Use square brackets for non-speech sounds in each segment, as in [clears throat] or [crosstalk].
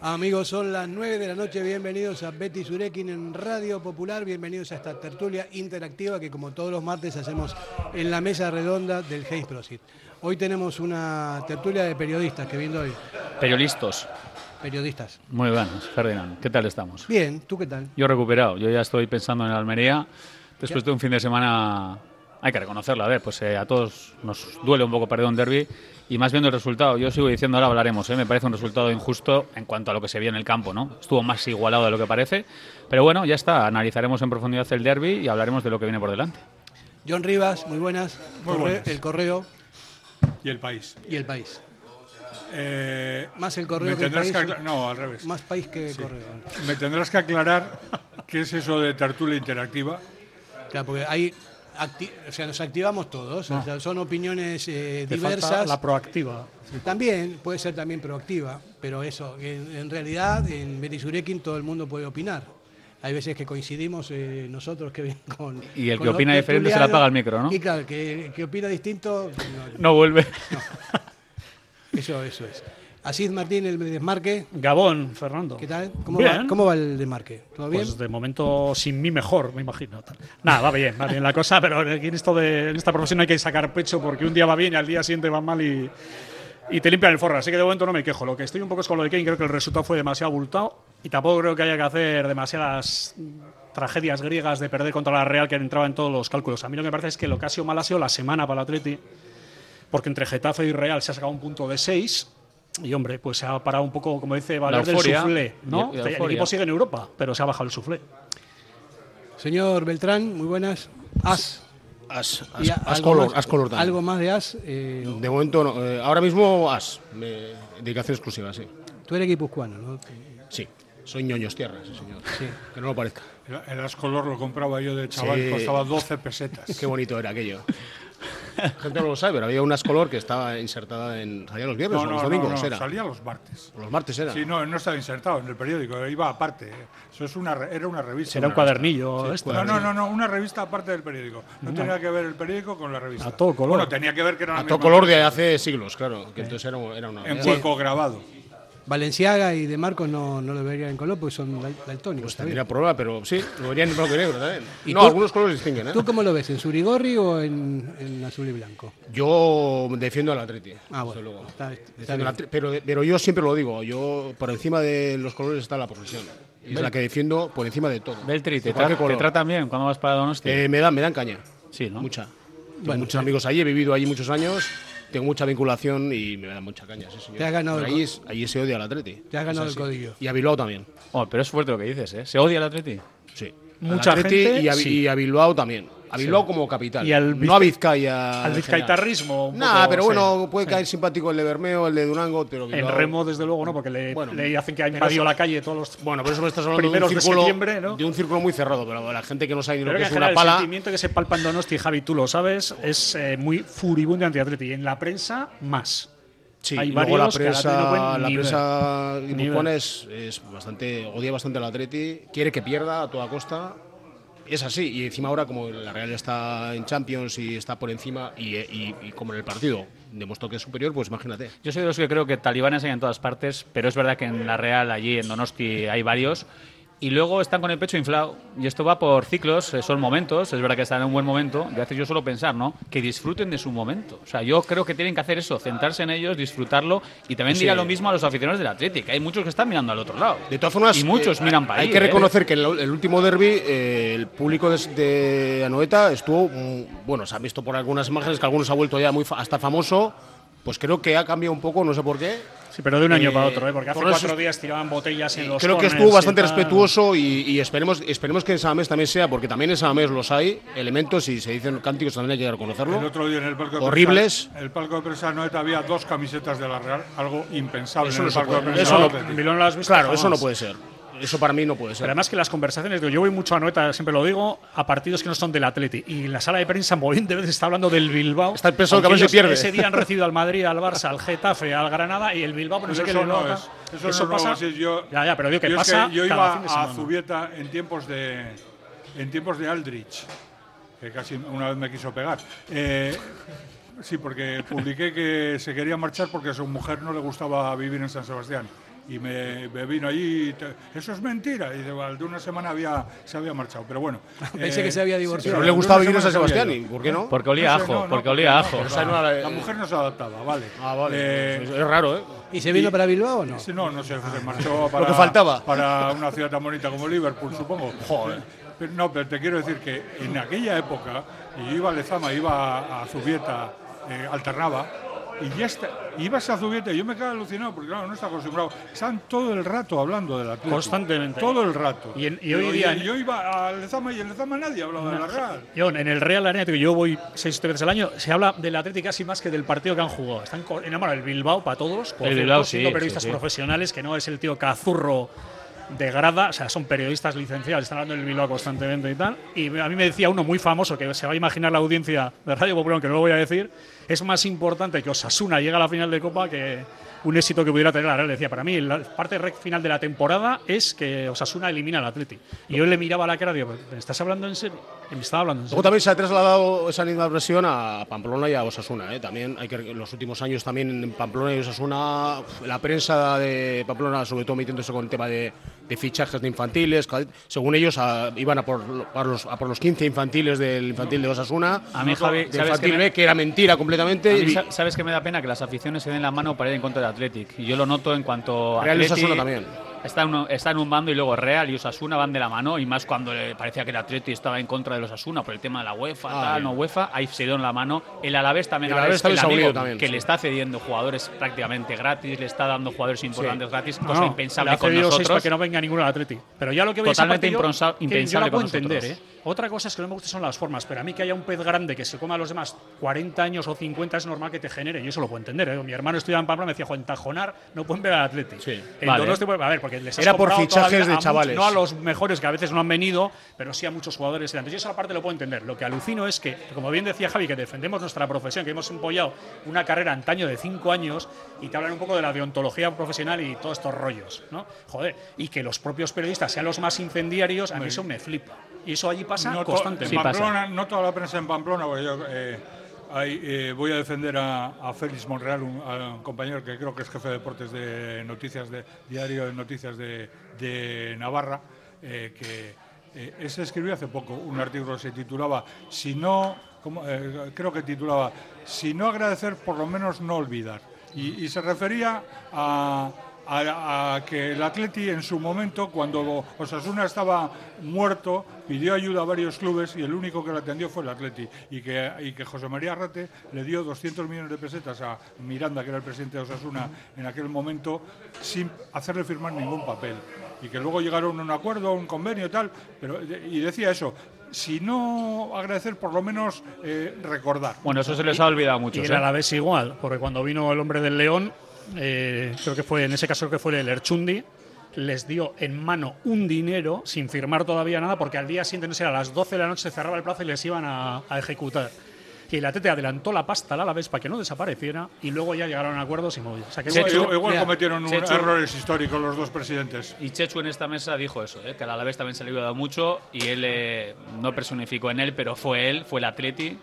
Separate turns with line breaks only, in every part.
Amigos, son las 9 de la noche, bienvenidos a Betty Surekin en Radio Popular, bienvenidos a esta tertulia interactiva que como todos los martes hacemos en la mesa redonda del Hayes Prosit. Hoy tenemos una tertulia de periodistas que viendo hoy,
Periodistas.
periodistas.
Muy buenos, Ferdinand. ¿Qué tal estamos?
Bien, ¿tú qué tal?
Yo recuperado, yo ya estoy pensando en Almería. Después de un fin de semana, hay que reconocerlo, a ver, pues eh, a todos nos duele un poco perder un derby. Y más viendo el resultado, yo sigo diciendo, ahora hablaremos, ¿eh? me parece un resultado injusto en cuanto a lo que se vio en el campo, ¿no? Estuvo más igualado de lo que parece. Pero bueno, ya está, analizaremos en profundidad el derby y hablaremos de lo que viene por delante.
John Rivas, muy buenas.
Muy buenas.
El correo
y el país.
y el país.
Eh,
Más el correo
me
que el
tendrás
país.
acla- No, al revés.
Más país que
Sí.
correo.
Me tendrás que aclarar [laughs] qué es eso de tertulia interactiva.
Claro, porque ahí acti- o sea, nos activamos todos,
Ah.
o sea, son opiniones eh,
Te falta
diversas.
La proactiva.
También puede ser también proactiva, pero eso, en, en realidad en Betizurekin todo el mundo puede opinar. Hay veces que coincidimos eh, nosotros que con
[laughs] Y el
con
que
los
opina diferente se le apaga el
tertulianos.
micro, ¿no?
Y claro, el que, el que opina distinto, no,
No vuelve.
eso, eso es. Asís Martín, el desmarque,
Gabón, Fernando.
¿qué tal? ¿Cómo,
Bien.
va, cómo va el desmarque? ¿Todo bien?
Pues de momento sin mí mejor, me imagino. Nada, va bien, va bien la cosa, pero aquí en, esto de, en esta profesión hay que sacar pecho porque un día va bien y al día siguiente va mal y, y te limpian el forro. Así que de momento no me quejo. Lo que estoy un poco es con lo de Kane, creo que el resultado fue demasiado abultado y tampoco creo que haya que hacer demasiadas tragedias griegas de perder contra la Real que entraba en todos los cálculos. A mí lo que me parece es que lo que ha sido mal ha sido la semana para el Atleti, porque entre Getafe y Real se ha sacado un punto de 6 y hombre, pues se ha parado un poco, como dice Valverde, el
euforia.
suflé, ¿no?
Y- y la
el
euforia.
equipo sigue en Europa, pero se ha bajado el suflé.
Señor Beltrán, muy buenas. As.
As,
y
as,
a-
as
algo
color,
más-
as color dan.
Algo más de As. eh,
De momento no. Eh, ahora mismo as. Me- dedicación exclusiva, sí.
tú eres guipuzcoano, ¿no?
Sí. Soy ñoños tierras, sí, señor.
Sí.
Que no lo parezca.
El, el Ascolor lo compraba yo de chaval,
Sí.
costaba 12 pesetas.
Qué bonito era aquello. La gente no lo sabe, pero había un as color que estaba insertada en. Salía los viernes
no,
o
no,
los
no,
domingos,
no,
era.
salía los martes.
O los martes era.
Sí, no, no estaba insertado en el periódico, iba aparte. Eso es una, re- era una revista.
Era un cuadernillo
Sí,
este.
No, no, no, no, una revista aparte del periódico. No tenía que ver el periódico con la revista.
A todo color.
Bueno, tenía que ver que era la
A todo
misma
color de
empresa.
hace siglos, claro. Que entonces era, era una.
En
era-
hueco grabado.
Valenciaga y De Marcos no, no lo verían en color porque son dal- daltónicos.
pues
también.
tendría problema, pero sí, lo verían en blanco y negro también.
¿Y
No,
tú?
algunos colores distinguen, ¿eh?
¿Tú cómo lo ves? ¿En Surigorri o en, en azul y blanco?
Yo defiendo al Atleti. desde
Ah, bueno,
luego.
está- está
Defiendo
bien.
al Atleti, pero, pero yo siempre lo digo, yo por encima de los colores está la profesión. Y es la que defiendo por encima de todo.
Beltri,
De
¿te,
cualquier
tra- te
color.
tratan bien cuando vas para Donostia?
Eh, me, dan, me dan caña.
sí, ¿no?
Mucha.
Bueno,
Tengo muchos amigos allí, he vivido allí muchos años, tengo mucha vinculación y me dan mucha caña. sí, señor.
Te has ganado
Pero
el
allí,
co-
es- allí se odia al Atleti.
Te has ganado
Es
el
así.
codillo.
Y a Bilbao también.
Oh, pero es fuerte lo que dices, ¿eh? [laughs] ¿Se odia el Atleti?
Sí.
Mucha
Al Atleti
gente,
y a, Bi-
sí.
y a Bilbao también. A Bilbao como capital.
Y al
no a
Vizca-
Vizcaya.
Al
en general.
vizcaitarrismo. un
Nah,
poco,
pero
sí.
bueno, puede caer simpático el de Bermeo, el de Durango, pero
En
Bilbao-
remo, desde luego, no, porque le,
Bueno,
le hacen que ha invadido la calle todos los.
Bueno, pero eso me estás hablando de un,
Primeros de
círculo,
septiembre, ¿no?
de un círculo muy cerrado, pero la gente que no sabe ni
Creo
lo
que
que
en
es
general
una
el
pala.
sentimiento que se palpa en Donosti, Javi, tú lo sabes, es eh, muy furibundo y antiatleti. Y en la prensa, más.
Sí,
hay
y luego la
varios que al Atleti
prensa,
no pueden
la
ni
prensa
Ni
guipuzcoana
ver.
es, es bastante, odia bastante al Atleti, quiere que pierda a toda costa. Es así, y encima ahora como la Real está en Champions y está por encima, y, y- y como en el partido demostró que es superior, pues imagínate.
Yo soy de los que creo que talibanes hay en todas partes, pero es verdad que en La Real, allí en Donosti, hay varios. Y luego están con el pecho inflado. Y esto va por ciclos, eh, son momentos. Es verdad que están en un buen momento. Y hace yo solo pensar, ¿no? Que disfruten de su momento. O sea, yo creo que tienen que hacer eso, centrarse en ellos, disfrutarlo. Y también diría lo mismo a los aficionados del Atlético. Hay muchos que están mirando al otro lado.
De todas formas,
Y muchos
eh,
miran para
Hay
allí,
que
¿eh?
reconocer que el, el último derby, eh, el público de, de Anoeta estuvo. mm, Bueno, se ha visto por algunas imágenes que algunos ha vuelto ya muy fa- hasta famoso. Pues creo que ha cambiado un poco, no sé por qué.
Sí, pero de un año
Eh,
para otro, ¿eh? porque hace
por eso
cuatro
es-
días tiraban botellas en los.
Creo que
corners
estuvo
y
bastante
tal.
respetuoso y, y esperemos, esperemos que en Samamés también sea, porque también en Samamés los hay elementos y se dicen cánticos, también hay que
El
reconocerlo.
otro día en el palco de
Horribles.
Presa, el palco de prensa Noeta había dos camisetas de la Real, algo impensable
Eso
en
no
el
se
palco de
puede,
prensa.
eso no-
del Atleti.
En Bilbao no lo has visto
Claro, eso
jamás.
no puede ser. Eso para mí no puede
Pero
ser.
además que las conversaciones, digo, yo voy mucho a Noeta, siempre lo digo, a partidos que no son del Atleti. Y en la sala de prensa, Morín de veces está hablando del Bilbao.
Está pensando que a
aunque
ver si
ellos
pierde.
Ese día han recibido al Madrid, al Barça, al Getafe, al Granada y el Bilbao, pues no sé
Pero
qué
eso no
le nota.
es- eso no es nuevo, sí, yo-
ya, ya, pero digo que
yo es
pasa.
yo
cada
iba
fin de
a
semana.
Zubieta en tiempos de en tiempos de Aldrich, que casi una vez me quiso pegar. Eh, sí, porque publiqué que se quería marchar porque a su mujer no le gustaba vivir en San Sebastián. Y me, me vino allí, y te- eso es mentira. Y de, al de una semana había, se había marchado, pero bueno. eh,
Pensé que se había divorciado.
Pero
Pero
no le gustaba vivir en San
Sebastián
Sebastián, ¿y por qué no?
Porque olía a
No sé,
ajo,
no, no,
porque olía a
no,
ajo.
pero
esa no era la-
la mujer no se adaptaba, vale.
Ah, vale.
Eh,
es es raro, ¿eh?
¿Y se vino para Bilbao o no?
Sí, no, no sé, se marchó para,
que faltaba.
para una ciudad tan bonita como Liverpool, supongo. Joder. Pero, no, pero te quiero decir que en aquella época, y yo iba a Lezama, iba a- a Zubieta, eh, alternaba, y ya está, ibas a Zubieta, y yo me quedaba alucinado porque claro, no estaba acostumbrado. Estaban todo el rato hablando del Atlético.
Constantemente.
Todo el rato.
Y en- y hoy día-
yo iba a Lezama y en Lezama nadie hablaba de la Real.
John, en el Real Arena, que yo voy seis siete veces al año, se habla del Atlético casi más que del partido que han jugado. Están co- enamorados del Bilbao para todos, por
El
cierto,
Bilbao, sí,
siendo periodistas
sí, sí.
profesionales, que no es el tío cazurro de grada, o sea, son periodistas licenciados, están hablando del Bilbao constantemente y tal. Y a mí me decía uno muy famoso, que se va a imaginar la audiencia de Radio Popular, que no lo voy a decir, es más importante que Osasuna llegue a la final de Copa que un éxito que pudiera tener la Real. Decía, para mí, la parte rec- final de la temporada es que Osasuna elimina al Atlético. Y yo le miraba la cara y digo, ¿me estás hablando en serio? Y me estaba hablando en serio.
Luego también se ha trasladado esa misma presión a Pamplona y a Osasuna. ¿eh? También hay que en los últimos años también en Pamplona y Osasuna, uf, la prensa de Pamplona, sobre todo metiéndose con el tema de, de fichajes de infantiles, cadet- según ellos a- iban a por, lo- para los, a por los 15 infantiles del infantil de Osasuna,
A mí, Javi,
del
¿sabes
infantil
qué me-
B, que era mentira completamente.
A mí,
y-
sa- ¿Sabes que me da pena? Que las aficiones se den la mano para ir en contra del Athletic. Y yo lo noto en cuanto a.
Real y
Athletic
Osasuna también.
Está, uno- está en un bando y luego Real y Osasuna van de la mano. Y más cuando le parecía que el Athletic estaba en contra de los Osasuna por el tema de la UEFA,
Ah,
tal,
bien.
no UEFA. Ahí se dieron la mano. El Alavés también
El
ahora
Alavés
es
también se ha
amigo
unido también,
que
sí.
le está cediendo jugadores prácticamente gratis, le está dando jugadores importantes gratis, cosa
No, le
impensable
ha
con
cedido seis para
nosotros.
que no venga ninguno al Atleti. Pero ya lo que voy a decir,
Totalmente
Martillo,
impronsa-
que yo
impensable
la puedo
con
entender,
nosotros.
¿eh? Otra cosa es que no me gustan son las formas, pero a mí que haya un pez grande que se coma a los demás 40 años o 50 es normal que te genere, yo eso lo puedo entender. ¿eh? Mi hermano estudiaba en Pamplona me decía, Juan, Tajonar no pueden ver al Atleti.
Sí,
En
vale.
Donosti, pues, a ver, porque les has
Era por
comprado
fichajes
todavía
de
a muchos-
chavales.
no a los mejores que a veces no han venido, pero sí a muchos jugadores. Entonces, yo esa parte lo puedo entender. Lo que alucino es que, como bien decía Javi, que defendemos nuestra profesión, que hemos empollado una carrera antaño de cinco años y te hablan un poco de la deontología profesional y todos estos rollos, ¿no? Joder, y que los propios periodistas sean los más incendiarios, a mí eso me flipa. Y eso allí pasa
No to-
constantemente.
en
Sí, pasa.
Pamplona, no toda la prensa en Pamplona, porque yo eh, ahí, eh, voy a defender a, a Félix Monreal, un, a un compañero que creo que es jefe de deportes de noticias de diario de noticias de, de Navarra, eh, que eh, ese escribió hace poco un artículo que se titulaba Si no, ¿cómo? Eh, creo que titulaba Si no agradecer, por lo menos no olvidar. Y, y se refería a a, a que el Atleti en su momento, cuando Osasuna estaba muerto, pidió ayuda a varios clubes y el único que la atendió fue el Atleti. Y que, y que José María Arrate le dio 200 millones de pesetas a Miranda, que era el presidente de Osasuna en aquel momento, sin hacerle firmar ningún papel. Y que luego llegaron a un acuerdo, a un convenio y tal, pero, y decía eso. Si no agradecer, por lo menos eh, recordar.
Bueno, eso se les ha olvidado ¿eh? mucho.
¿eh?
Y el Alavés igual, porque cuando vino el hombre del León, eh, creo que fue, en ese caso creo que fue el Erchundi, les dio en mano un dinero sin firmar todavía nada, porque al día siguiente, no sé, a las 12 de la noche se cerraba el plazo y les iban a, a ejecutar. Y el Atleti adelantó la pasta al Alavés para que no desapareciera y luego ya llegaron a acuerdos y movidas. O sea, que
Se
Igual-
echó-
igual
mira,
cometieron
se
un-
echó-
errores históricos los dos presidentes.
Y Chechu en esta mesa dijo eso, ¿eh? que al Alavés también se le ayudado mucho y él eh, no personificó en él, pero fue él, fue el Atleti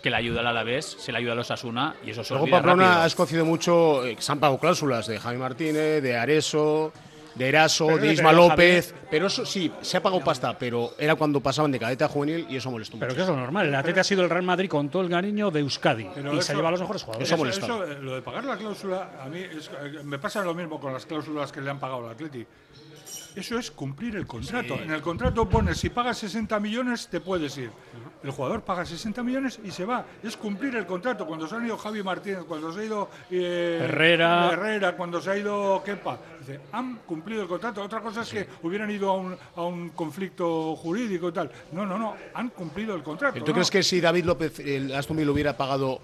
que le ayudó al Alavés, se le ayudó a los Asuna y eso se
Luego
olvida
Pamplona
rápido.
ha escocido mucho, eh, se han pagado cláusulas de Javi Martínez, de Areso, de Eraso,
Pero
de
no,
Isma
pero
López. Pero eso sí, se ha pagado pasta, pero era cuando pasaban de cadete a juvenil y eso molestó
Pero
mucho.
que es lo normal. El Atleti ha sido el Real Madrid con todo el cariño de Euskadi
Pero
y
eso-
se lleva a los mejores jugadores.
eso molesta.
eh, lo de pagar la cláusula, a mí es- eh, me pasa lo mismo con las cláusulas que le han pagado al Atleti. Eso es cumplir el contrato. En el contrato pones, si pagas 60 millones, te puedes ir. El jugador paga 60 millones y se va. Es cumplir el contrato. Cuando se han ido Javi Martínez, cuando se ha ido eh,
Herrera.
Herrera, cuando se ha ido Kepa, dice, han cumplido el contrato. Otra cosa es que hubieran ido a un, a un conflicto jurídico y tal. No, no, no, han cumplido el contrato.
¿Tú
¿no?
crees que si David López, el Aston Villa, hubiera pagado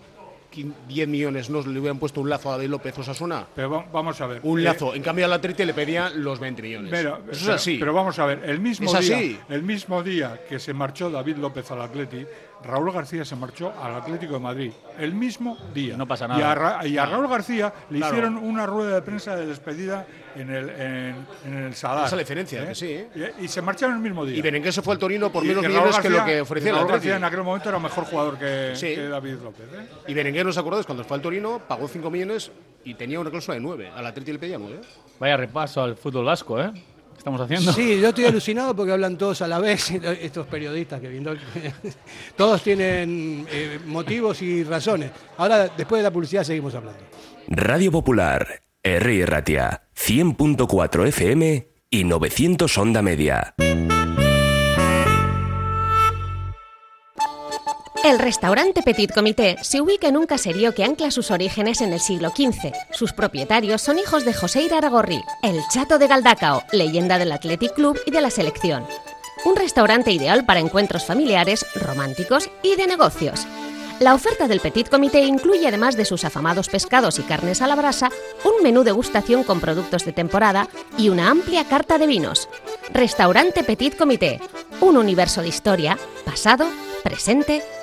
quin- 10 millones no le hubieran puesto un lazo a David López Osasuna,
Pero va- vamos a ver.
un
Eh,
lazo. En cambio, al Atleti le pedían los 20 millones.
Pero,
Eso es
pero-
así.
pero vamos a ver, el mismo,
Es
día,
así.
el mismo día que se marchó David López al Atleti, Raúl García se marchó al Atlético de Madrid. El mismo día.
No pasa
Y a,
nada.
Ra- y a Raúl García le hicieron una rueda de prensa de despedida en el, en, en el Sadar.
Esa diferencia, que sí, ¿eh?
Y, y se marcharon el mismo día.
y Berenguer se fue al Torino por
Y-
menos
y Raúl
millones que lo
García-
que ofrecía
y
el
Raúl
Atleti.
García en aquel momento era mejor jugador que,
Sí.
que David López. ¿eh?
Y Berenguer, ¿os acordáis? Cuando fue al Torino, pagó 5 millones y tenía una cláusula de 9. Al Atleti le ¿eh? pedía 9.
Vaya repaso al fútbol vasco, ¿eh? ¿Qué estamos haciendo?
Sí, yo estoy alucinado porque hablan todos a la vez, [laughs] estos periodistas que viendo. [laughs] Todos tienen eh, motivos y razones. Ahora, después de la publicidad, seguimos hablando.
Radio Popular, R. Ratia, 100.4 FM y 900 Onda Media.
El restaurante Petit Comité se ubica en un caserío que ancla sus orígenes en el siglo XV. Sus propietarios son hijos de José Iraragorri, el chato de Galdacao, leyenda del Athletic Club y de la selección. Un restaurante ideal para encuentros familiares, románticos y de negocios. La oferta del Petit Comité incluye, además de sus afamados pescados y carnes a la brasa, un menú degustación con productos de temporada y una amplia carta de vinos. Restaurante Petit Comité, un universo de historia, pasado, presente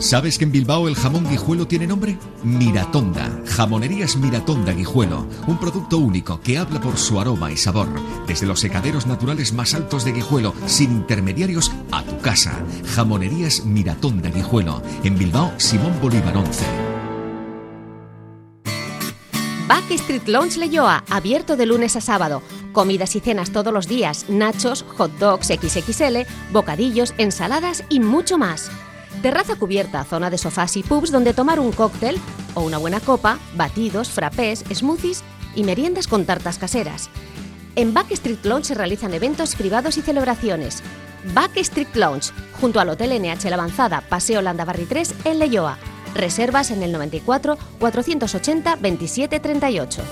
¿Sabes que en Bilbao el jamón guijuelo tiene nombre? Miratonda. Jamonerías Miratonda Guijuelo. Un producto único que habla por su aroma y sabor. Desde los secaderos naturales más altos de Guijuelo, sin intermediarios, a tu casa. Jamonerías Miratonda Guijuelo. En Bilbao, Simón Bolívar 11.
Backstreet Lounge Leyoa, abierto de lunes a sábado. Comidas y cenas todos los días, nachos, hot dogs XXL, bocadillos, ensaladas y mucho más. Terraza cubierta, zona de sofás y pubs donde tomar un cóctel o una buena copa, batidos, frappés, smoothies y meriendas con tartas caseras. En Backstreet Lounge se realizan eventos privados y celebraciones. Backstreet Lounge, junto al Hotel NH La Avanzada, Paseo Landabarri 3, en Leyoa. Reservas en el 94 480 27 38.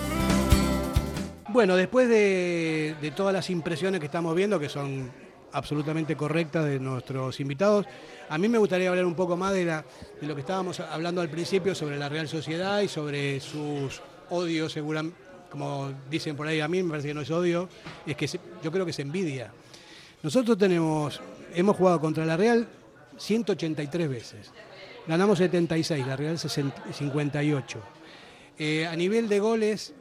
Bueno, después de, de todas las impresiones que estamos viendo, que son absolutamente correctas de nuestros invitados, a mí me gustaría hablar un poco más de, la- de lo que estábamos hablando al principio sobre la Real Sociedad y sobre sus odios, seguramente, como dicen por ahí a mí, me parece que no es odio, es que se- yo creo que es envidia. Nosotros tenemos, hemos jugado contra la Real 183 veces, ganamos 76, la Real 60 58. Eh, a nivel de goles,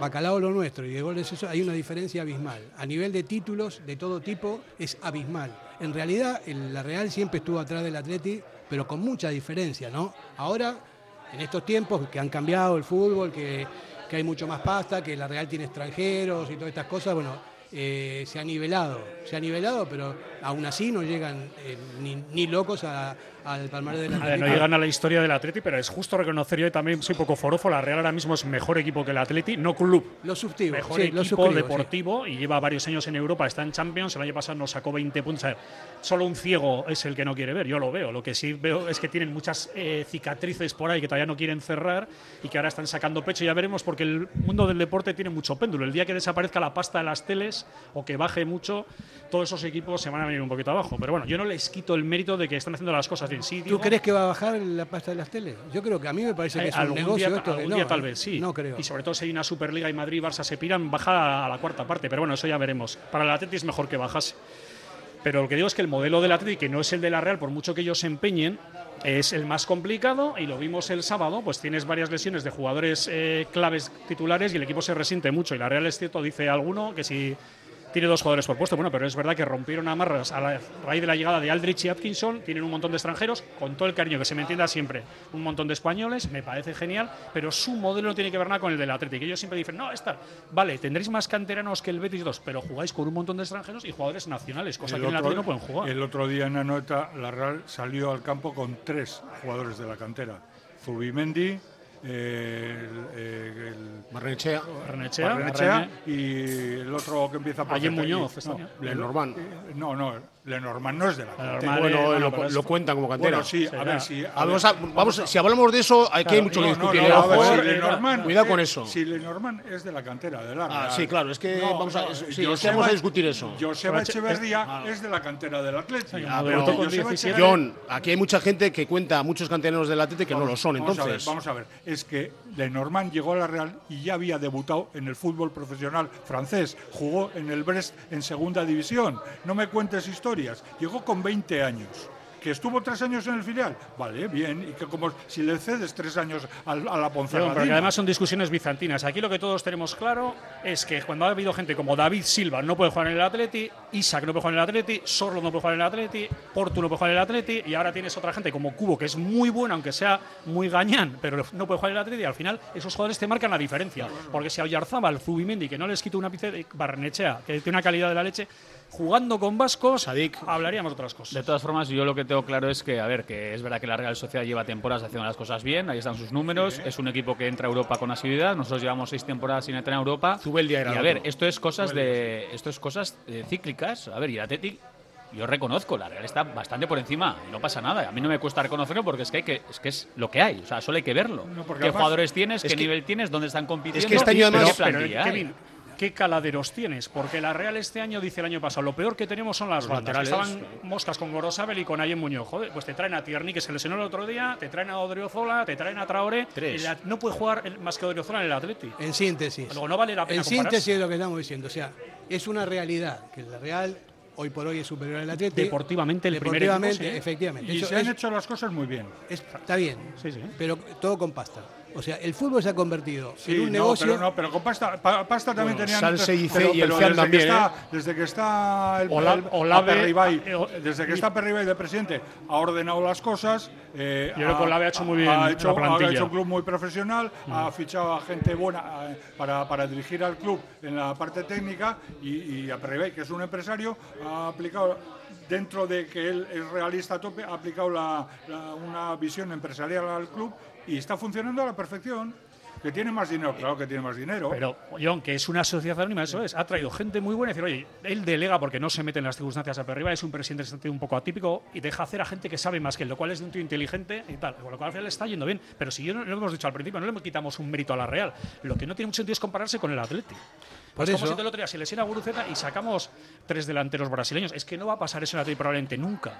Bacalao lo nuestro y de goles eso, hay una diferencia abismal. A nivel de títulos de todo tipo es abismal. En realidad, el- la Real siempre estuvo atrás del Atleti, pero con mucha diferencia, ¿no? Ahora, en estos tiempos que han cambiado el fútbol, que, que hay mucho más pasta, que la Real tiene extranjeros y todas estas cosas, bueno, eh, se ha nivelado, se ha nivelado, pero aún así no llegan eh, ni, ni locos a- al palmarés del
A ver,
Atleti.
no llegan a la historia del Atleti, pero es justo reconocer, yo también soy poco forofo, la Real ahora mismo es mejor equipo que el Atleti, no club,
Lo suscribo,
mejor
sí, lo
equipo
suscribo, sí.
deportivo y lleva varios años en Europa, está en Champions, el año pasado nos sacó 20 puntos. A ver, solo un ciego es el que no quiere ver, yo lo veo. Lo que sí veo es que tienen muchas eh, cicatrices por ahí que todavía no quieren cerrar y que ahora están sacando pecho. Ya veremos porque el mundo del deporte tiene mucho péndulo. El día que desaparezca la pasta de las teles, más o que baje mucho, todos esos equipos se van a venir un poquito abajo. Pero bueno, yo no les quito el mérito de que están haciendo las cosas bien. Sí,
¿Tú
digo-
crees que va a bajar la pasta de las teles? Yo creo que a mí me parece que
Eh,
es un
algún
negocio
día,
esto. que
algún
no, ¿eh?
día tal vez, sí.
No creo.
Y sobre todo si hay una Superliga y Madrid y Barça se piran, baja a la cuarta parte. Pero bueno, eso ya veremos. Para el Atleti es mejor que bajase. Pero lo que digo es que el modelo del Atleti, que no es el de la Real, por mucho que ellos se empeñen, es el más complicado y lo vimos el sábado, pues tienes varias lesiones de jugadores eh, claves titulares y el equipo se resiente mucho. Y la Real es cierto, dice alguno que si tiene dos jugadores por puesto, bueno, pero es verdad que rompieron amarras a la raíz de la llegada de Aldrich y Atkinson, tienen un montón de extranjeros, con todo el cariño que se me entienda siempre, un montón de españoles, me parece genial, pero su modelo no tiene que ver nada con el del Atlético. Ellos siempre dicen, no, esta, vale, tendréis más canteranos que el Betis 2, pero jugáis con un montón de extranjeros y jugadores nacionales, cosa que en el Atlético no pueden jugar.
el otro día en Anoeta, la Real salió al campo con tres jugadores de la cantera. Zubimendi, eh, el, eh, el-
Barrenechea.
Barrenechea.
Barrenechea y el otro que empieza por...
Ayer
Z, y-
Muñoz,
no,
¿no?
Lenormand.
eh, No, no, Lenormand no es de la cantera.
Lenormand
Bueno,
Vale,
lo,
no, pero
lo
es-
cuentan como cantera.
Bueno, sí, a
Será.
ver si... a
Ah, Vamos
ver.
a- vamos a- si hablamos de eso, aquí hay mucho que
No, no,
discutir.
no,
¿eh?
a ver,
Ojo,
si
eh.
Lenormand
cuidado
es-
con eso.
Si Lenormand es de la cantera del Arsenal.
Ah, sí, claro, es que vamos a- sí, es que
Joseba-
vamos a discutir eso.
Joseba
Pero che-
Echeverría es de la cantera del Atlético.
Ah,
Pero,
pero con
Joseba
17.
Echeverría-
John, aquí hay mucha gente que cuenta a muchos canteranos del Atleti que no lo son,
Vamos a ver,
entonces.
Vamos a ver, es que Lenormand llegó a la Real y ya había debutado en el fútbol profesional francés. Jugó en el Brest en segunda división. No me cuentes historias. Llegó con 20 años. ¿Que estuvo tres años en el filial? Vale, bien. Y que como si le cedes tres años al- a, la
Perdón,
Ponferradina.
pero que además son discusiones bizantinas. Aquí lo que todos tenemos claro es que cuando ha habido gente como David Silva no puede jugar en el Atleti, Isaac no puede jugar en el Atleti, Sorlo no puede jugar en el Atleti, Portu no puede jugar en el Atleti y ahora tienes otra gente como Cubo que es muy bueno aunque sea muy gañán, pero no puede jugar en el Atleti y al final esos jugadores te marcan la diferencia. Porque si a Oyarzábal, Zubimendi, que no les quito una pizca de Barnechea, que tiene una calidad de la leche, jugando con vascos,
Sadik.
hablaríamos otras cosas.
De todas formas, yo lo que tengo claro es que, a ver, que es verdad que la Real Sociedad lleva temporadas haciendo las cosas bien, ahí están sus números, es un equipo que entra a Europa con asiduidad, nosotros llevamos seis temporadas sin entrar a Europa.
Zubeldia era
y a
el
ver,
otro.
esto es cosas de esto es cosas eh, cíclicas, a ver, y el Athletic yo reconozco, la Real está bastante por encima y no pasa nada, a mí no me cuesta reconocerlo porque es que hay que es que es lo que hay, o sea, solo hay que verlo.
No,
¿Qué
porque además-
jugadores tienes, qué
es que-
nivel tienes, dónde están compitiendo?
este año
y
además-
qué
pero,
plantilla hay?
Kevin,
eh,
¿qué caladeros tienes? Porque la Real este año dice el año pasado, lo peor que tenemos son las bandas.
laterales,
Estaban moscas con Gorosabel y con Ayen Muñoz. Joder, pues te traen a Tierney, que se lesionó el otro día, te traen a Odriozola, te traen a Traoré.
Tres.
El at- no puede jugar el- más que Odriozola en el Atleti.
En síntesis.
Luego no vale la pena
En
compararse.
síntesis de lo que estamos diciendo. O sea, es una realidad que la Real hoy por hoy es superior al Atlético.
Deportivamente, el primer equipo,
Deportivamente,
sí.
efectivamente.
Y
Eso
se han
es-
hecho las cosas muy bien.
es- está bien,
Sí, sí.
pero todo con pasta. O sea, el fútbol se ha convertido
Sí,
en un
no,
negocio.
pero no, pero con pasta, pa- pasta también
Bueno,
tenían.
Salse y
pero-
Ce y
pero
el Fial
desde
también,
Que está, Desde que está el,
Ola-
el-
Olave-
Aperribay,
eh, o-
desde que está Perribay de presidente, ha ordenado las cosas. eh,
Yo creo que Olave ha hecho muy bien
ha
la
hecho, ha
plantilla.
hecho un club muy profesional, ha fichado a gente buena eh, para, para dirigir al club en la parte técnica y, y Aperribay, que es un empresario, ha aplicado. Dentro de que él es realista a tope, ha aplicado la- la- una visión empresarial al club y está funcionando a la perfección. Que tiene más dinero, claro que tiene más dinero.
Pero, John, que es una sociedad anónima, eso es. Ha traído gente muy buena y decir, oye, él delega porque no se mete en las circunstancias a arriba, es un presidente en sentido un poco atípico y deja hacer a gente que sabe más que él, lo cual es un tío inteligente y tal. Con lo cual al final le está yendo bien. Pero si yo no, lo hemos dicho al principio, no le quitamos un mérito a la Real. Lo que no tiene mucho sentido es compararse con el Atlético.
Por
Pues como
eso-
si el otro día se lesiona a Guruceta y sacamos tres delanteros brasileños. Es que no va a pasar eso en el Atlético probablemente nunca.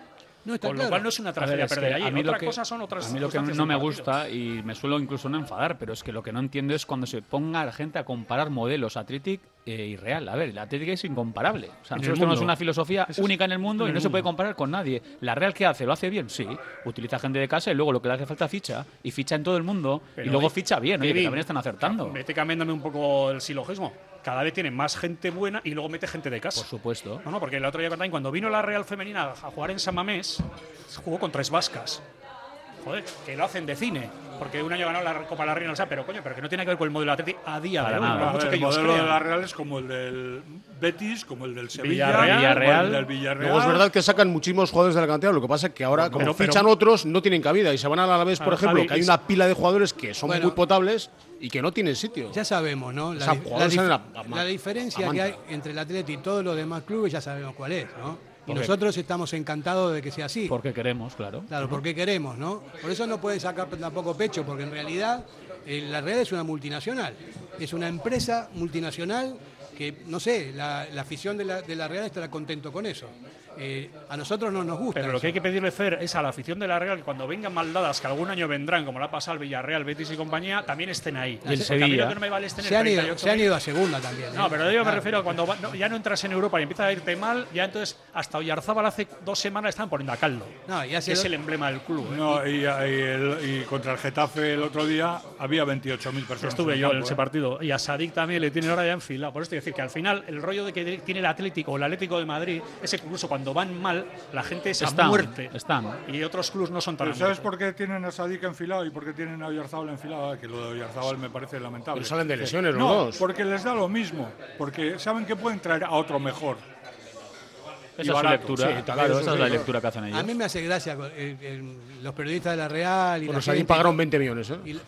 No, está
Con lo
claro.
cual no es una
A ver,
tragedia
es que
perder ahí.
a mí lo
Otra
que-
cosa son otras
A mí lo que
circunstancias
no
del
me
partido.
gusta, y me suelo incluso no enfadar, pero es que lo que no entiendo es cuando se ponga a la gente a comparar modelos Athletic eh, y Real. A ver, el Athletic es incomparable. O sea,
En el
nosotros
mundo. Mm.
tenemos una filosofía única en el mundo
En
y
el
no se puede
mundo.
comparar con nadie. ¿La Real qué hace? ¿Lo hace bien? Sí. Utiliza gente de casa y luego lo que le hace falta ficha. Y ficha en todo el mundo y
Pero,
luego
eh,
ficha bien. Oye, que
Kevin,
también están acertando.
Vete cambiándome un poco el silogismo. Cada vez tiene más gente buena y luego mete gente de casa.
Por supuesto.
No, no, porque el otro día también, cuando vino la Real Femenina a jugar en San Mamés, jugó con tres vascas. Joder, que lo hacen de cine. Porque un año ganó la Copa de la Reina, o sea, pero coño, pero que no tiene que ver con el modelo Atleti a día de
Para
hoy.
nada.
por
A
mucho
ver,
que
el
ellos
modelo de
crean.
la Real es como el del Betis, como el del Sevilla,
Villarreal.
como el del Villarreal.
Luego es verdad que sacan muchísimos jugadores de la cantera, lo que pasa es que ahora, como
pero-
fichan otros, no tienen cabida y se van a la vez, por
Claro,
ejemplo,
Javi,
que hay
es-
una pila de jugadores que son
Bueno.
muy potables y que no tienen sitio.
Ya sabemos, ¿no?
O sea,
di-
jugadores
dif-
en la- a ma-
la diferencia
a
que
manta.
hay entre el Atleti y todos los demás clubes ya sabemos cuál es, ¿no? Y nosotros estamos encantados de que sea así.
Porque queremos, claro.
Claro, porque queremos, ¿no? Por eso no pueden sacar tampoco pecho, porque en realidad eh, la Real es una multinacional. Es una empresa multinacional que, no sé, la, la afición de la, de la Real estará contento con eso. Eh, a nosotros no nos gusta.
Pero lo que hay que pedirle, Fer, es a la afición de la Real que cuando vengan maldadas, que algún año vendrán, como la pasa al Villarreal, Betis y compañía, también estén ahí.
Y el
Porque a mí
Sevilla.
lo que no me vale es tener
se, han ido,
38.000.
se han ido a segunda también.
No,
¿eh?
pero yo me
Claro.
refiero a cuando va- no, ya no entras en Europa y empieza a irte mal, ya entonces hasta Oyarzábal hace dos semanas estaban poniendo a caldo.
No, y hace
que es
dos-
el emblema del club. ¿eh?
No, y, y el- y contra el Getafe el otro día había 28.000 personas.
Estuve
el
yo en
campo,
ese
¿eh?
partido. Y a Sadik también le tiene ahora ya enfilado. Por esto quiero decir que al final el rollo de que tiene el Atlético o el Atlético de Madrid es que incluso cuando van mal, la gente es a
Están,
muerte.
están.
Y otros clubes no son tan
Pero
a
¿Sabes
muerte.
por qué tienen a Sadik enfilado y por qué tienen a Oyarzábal enfilado? Ah, Que lo de Oyarzábal me parece lamentable.
Pero salen de lesiones los
no,
dos.
porque les da lo mismo. Porque saben que pueden traer a otro mejor.
Esa
Y
es su
barato.
lectura.
Sí, también
claro,
eso
esa es
sí,
la
claro.
lectura que hacen ellos.
A mí me hace gracia eh, eh, los periodistas de la Real y
Bueno,
la
Sadin
gente,
pagaron 20 millones, ¿eh?
y la-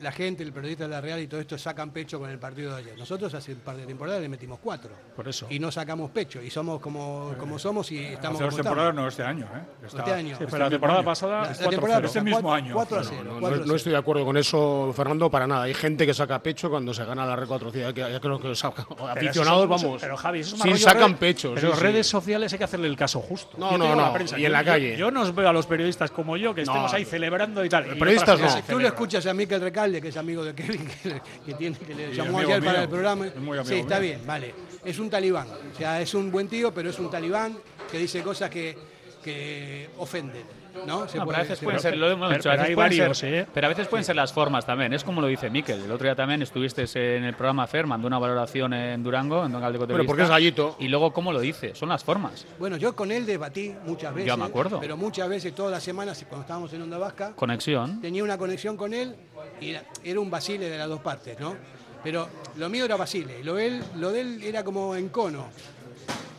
la gente, el periodista de la Real y todo esto sacan pecho con el partido de ayer. Nosotros hace un par de temporadas le metimos cuatro.
Por eso.
Y no sacamos pecho. Y somos como, como somos y estamos
Eh, Hace dos
como
temporadas,
estamos.
no este año. ¿eh? Está-
Este año. Sí,
Pero la temporada pasada,
La- la
4-0.
temporada
Este
pasada,
mismo
cuatro-
año.
cuatro a cero,
No,
cuatro
no-
a
no
cero.
estoy de acuerdo con eso, Fernando, para nada. Hay gente que saca pecho cuando se gana la Red 400. que- Yo creo que los
Pero eso
aficionados,
son mucho-
vamos,
Pero Javi, eso es más
sí
rollo
sacan
red-
pecho.
Pero
sí, sí.
redes sociales hay que hacerle el caso justo.
No,
Yo te
no,
digo a
no,
prensa,
y
yo-
en la
yo-
calle.
Yo, no os veo a los periodistas como yo que
No,
estemos ahí
no.
celebrando y tal. Y otra
periodistas
gente
no.
se
Tú lo
celebra.
escuchas a Miquel Recalde, que es amigo de Kevin, que le, que tiene, que le
es
llamó
amigo
ayer para
mío,
el programa.
es muy amigo
sí, está
mío.
bien, vale. Es un talibán. O sea, es un buen tío, pero es un talibán que dice cosas que, que ofenden. ¿no? Se
No, pero
puede-
a veces
se
pueden
puede-
ser, lo hemos
pero-
dicho, a
pero
veces
hay
pueden ser-
varios, ¿eh?
pero a veces pueden ser las formas también. Es como lo dice Miquel. El otro día también estuviste en el programa Fer, mandó una valoración en Durango, en Don Galdeco
Bueno, porque es
Televista,
gallito.
Y luego, ¿cómo lo dice? Son las formas.
Bueno, yo con él debatí muchas veces.
Ya me acuerdo.
Pero muchas veces, todas las semanas, cuando estábamos en Onda Vasca,
Conexión.
tenía una conexión con él y era, era un Basile de las dos partes, ¿no? Pero lo mío era Basile, lo, él, lo de él era como en cono.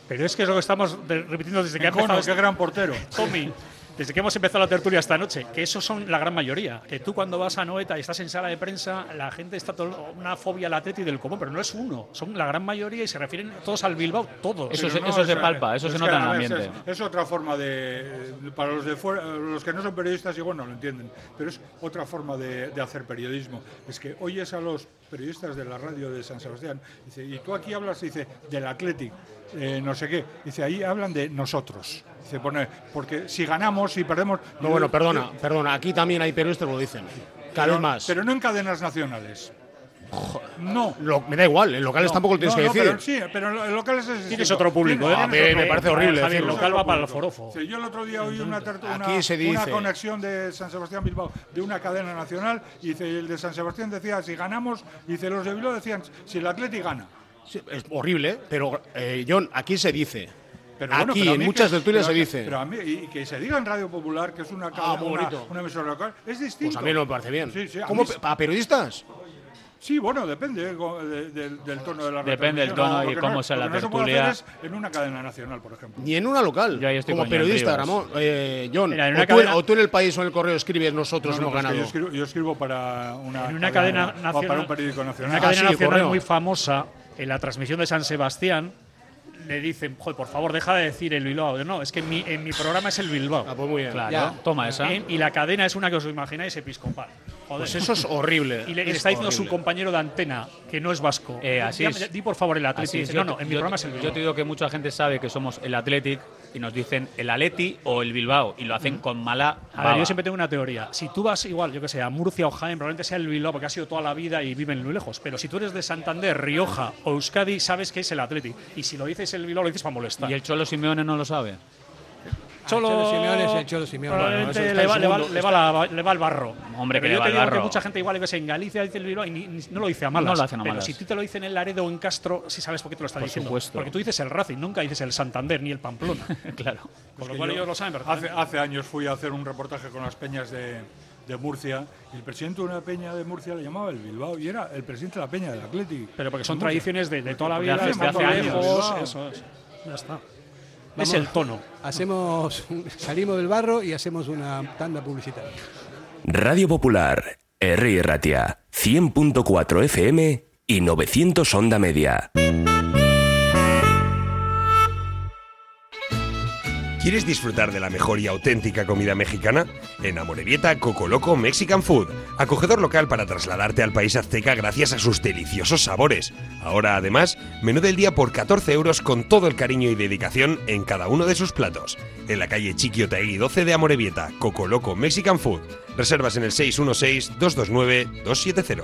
Pero es que es lo que estamos de- repitiendo desde que ha
Encono,
empezado
qué
este-
gran portero.
[laughs] Tommy, desde que hemos empezado la tertulia esta noche, que esos son la gran mayoría. Que tú cuando vas a Noeta y estás en sala de prensa, la gente está todo, una fobia al Atleti del común, pero no es uno, son la gran mayoría y se refieren todos al Bilbao, todos.
Eso
Pero
se- eso se
es-
palpa, eso
es
se
que,
nota en el
a ver,
ambiente.
Es, es otra forma de. Para los de fuera, los que no son periodistas, igual no lo entienden, pero es otra forma de, de hacer periodismo. Es que oyes a los periodistas de la radio de San Sebastián, dice, y tú aquí hablas, dice, del Athletic, eh, no sé qué. Dice, ahí hablan de nosotros. Dice, pone, porque si ganamos, si perdemos.
No, bueno, perdona, perdona. Aquí también hay periodistas que lo dicen. Cada
Pero-
vez más.
Pero no en cadenas nacionales. No.
Lo- me da igual, en locales
No,
tampoco lo tienes
no,
que
no,
decir.
Pero, sí, pero en locales es
Tienes
distinto.
otro público,
Tienes-
¿eh?
A mí me
tienes otro
parece
público.
horrible
Javier,
decirlo.
lo calva para el forofo.
Sí, yo el otro día oí una, tertu-
Aquí
una-
se
una
dice.
conexión de San Sebastián Bilbao de una cadena nacional y dice, el de San Sebastián decía si ganamos y dice los de Bilbao decían si el Atleti gana.
Sí, es horrible, pero eh, John, aquí se dice.
Pero
aquí
bueno, pero a
en
mí
muchas
que-
tertulias se
pero-
dice.
Pero a mí, y que se diga en Radio Popular que es una cadena,
muy
una,
bonito.
una emisora local, es distinto.
pues a mí no me parece bien.
Sí, sí, a
¿Cómo
mí
pe- para periodistas?
Sí, bueno, depende eh, go- de- del- del tono de la
Depende del
retransmisión.
tono y
Lo que
cómo
no-
sea
lo
la
que no se puede
tertulia.
hacer es en una cadena nacional, por ejemplo.
Ni en una local.
Yo ahí estoy
como
con John
periodista,
Rivas.
Ramón. Eh, John,
Mira, en
o
una
tú, en-
cadena-
o tú en el país o en el correo escribes nosotros
No, no,
hemos
pero es que
ganado.
Yo escribo, yo escribo para una,
En una cadena nacional-
para un periódico nacional. Ah,
una cadena
Ah, sí,
nacional
correo.
muy famosa, en la transmisión de San Sebastián, le dicen, joder, por favor, deja de decir el Bilbao. No, es que en mi, en mi programa es el Bilbao.
Ah, pues muy bien.
Claro.
Ya.
Toma esa.
En- y la cadena es una que os lo imagináis, episcopal. Joder.
Pues eso es horrible.
y le, le
Es
está diciendo su
horrible.
compañero de antena, que no es vasco.
Eh, así
Ya-
es.
ya- Di por favor el
Así
Atlético.
es,
No,
yo-
no, en mi
yo-
programa es el Bilbao.
Yo te digo que mucha gente sabe que somos el Athletic y nos dicen el Atleti o el Bilbao y lo hacen con mala
A ver,
baba.
yo siempre tengo una teoría. Si tú vas igual, yo que sé, a Murcia o Jaén, probablemente sea el Bilbao porque ha sido toda la vida y viven muy lejos. Pero si tú eres de Santander, Rioja o Euskadi, sabes que es el Atlético. Y si lo dices el Bilbao, lo dices para molestar.
Y el Cholo Simeone no lo sabe.
Ah, Cholo Simeone es el Cholo Simeone.
Probablemente
Bueno, eso está
este le,
en
va,
su
le va-
mundo.
le va la- le va el barro.
Hombre,
Pero
que le
yo
va
te
el
digo
barro.
que mucha gente igual que es en Galicia dice el Bilbao y ni- ni- no lo dice a malas.
No lo hacen a
Pero
malas.
si tú te lo dicen en Laredo o en Castro, si sabes por qué te lo está
Por
diciendo.
supuesto.
Porque tú dices el Racing, nunca dices el Santander ni el Pamplona.
[laughs] claro.
Con
Es
lo
que
cual
yo
ellos lo saben, pero
Hace, hace años fui a hacer un reportaje con las peñas de, de Murcia y el presidente de una peña de Murcia le llamaba el Bilbao y era el presidente de la peña del Atlético.
Pero porque son tradiciones de, de toda la
Porque
vida,
hace-
desde hace
hace años,
lejos,
¿no?
eso es. Ya está. Es el tono.
Hacemos, un- salimos del barro y hacemos una tanda publicitaria.
Radio Popular, R. Ratia, 100.4 FM y 900 Onda Media.
¿Quieres disfrutar de la mejor y auténtica comida mexicana? En Amorebieta, Cocoloco Mexican Food, acogedor local para trasladarte al país azteca gracias a sus deliciosos sabores. Ahora, además, menú del día por 14 euros con todo el cariño y dedicación en cada uno de sus platos. En la calle Chiquiotaegui 12 de Amorebieta, Cocoloco Mexican Food. Reservas en el 616-229-270.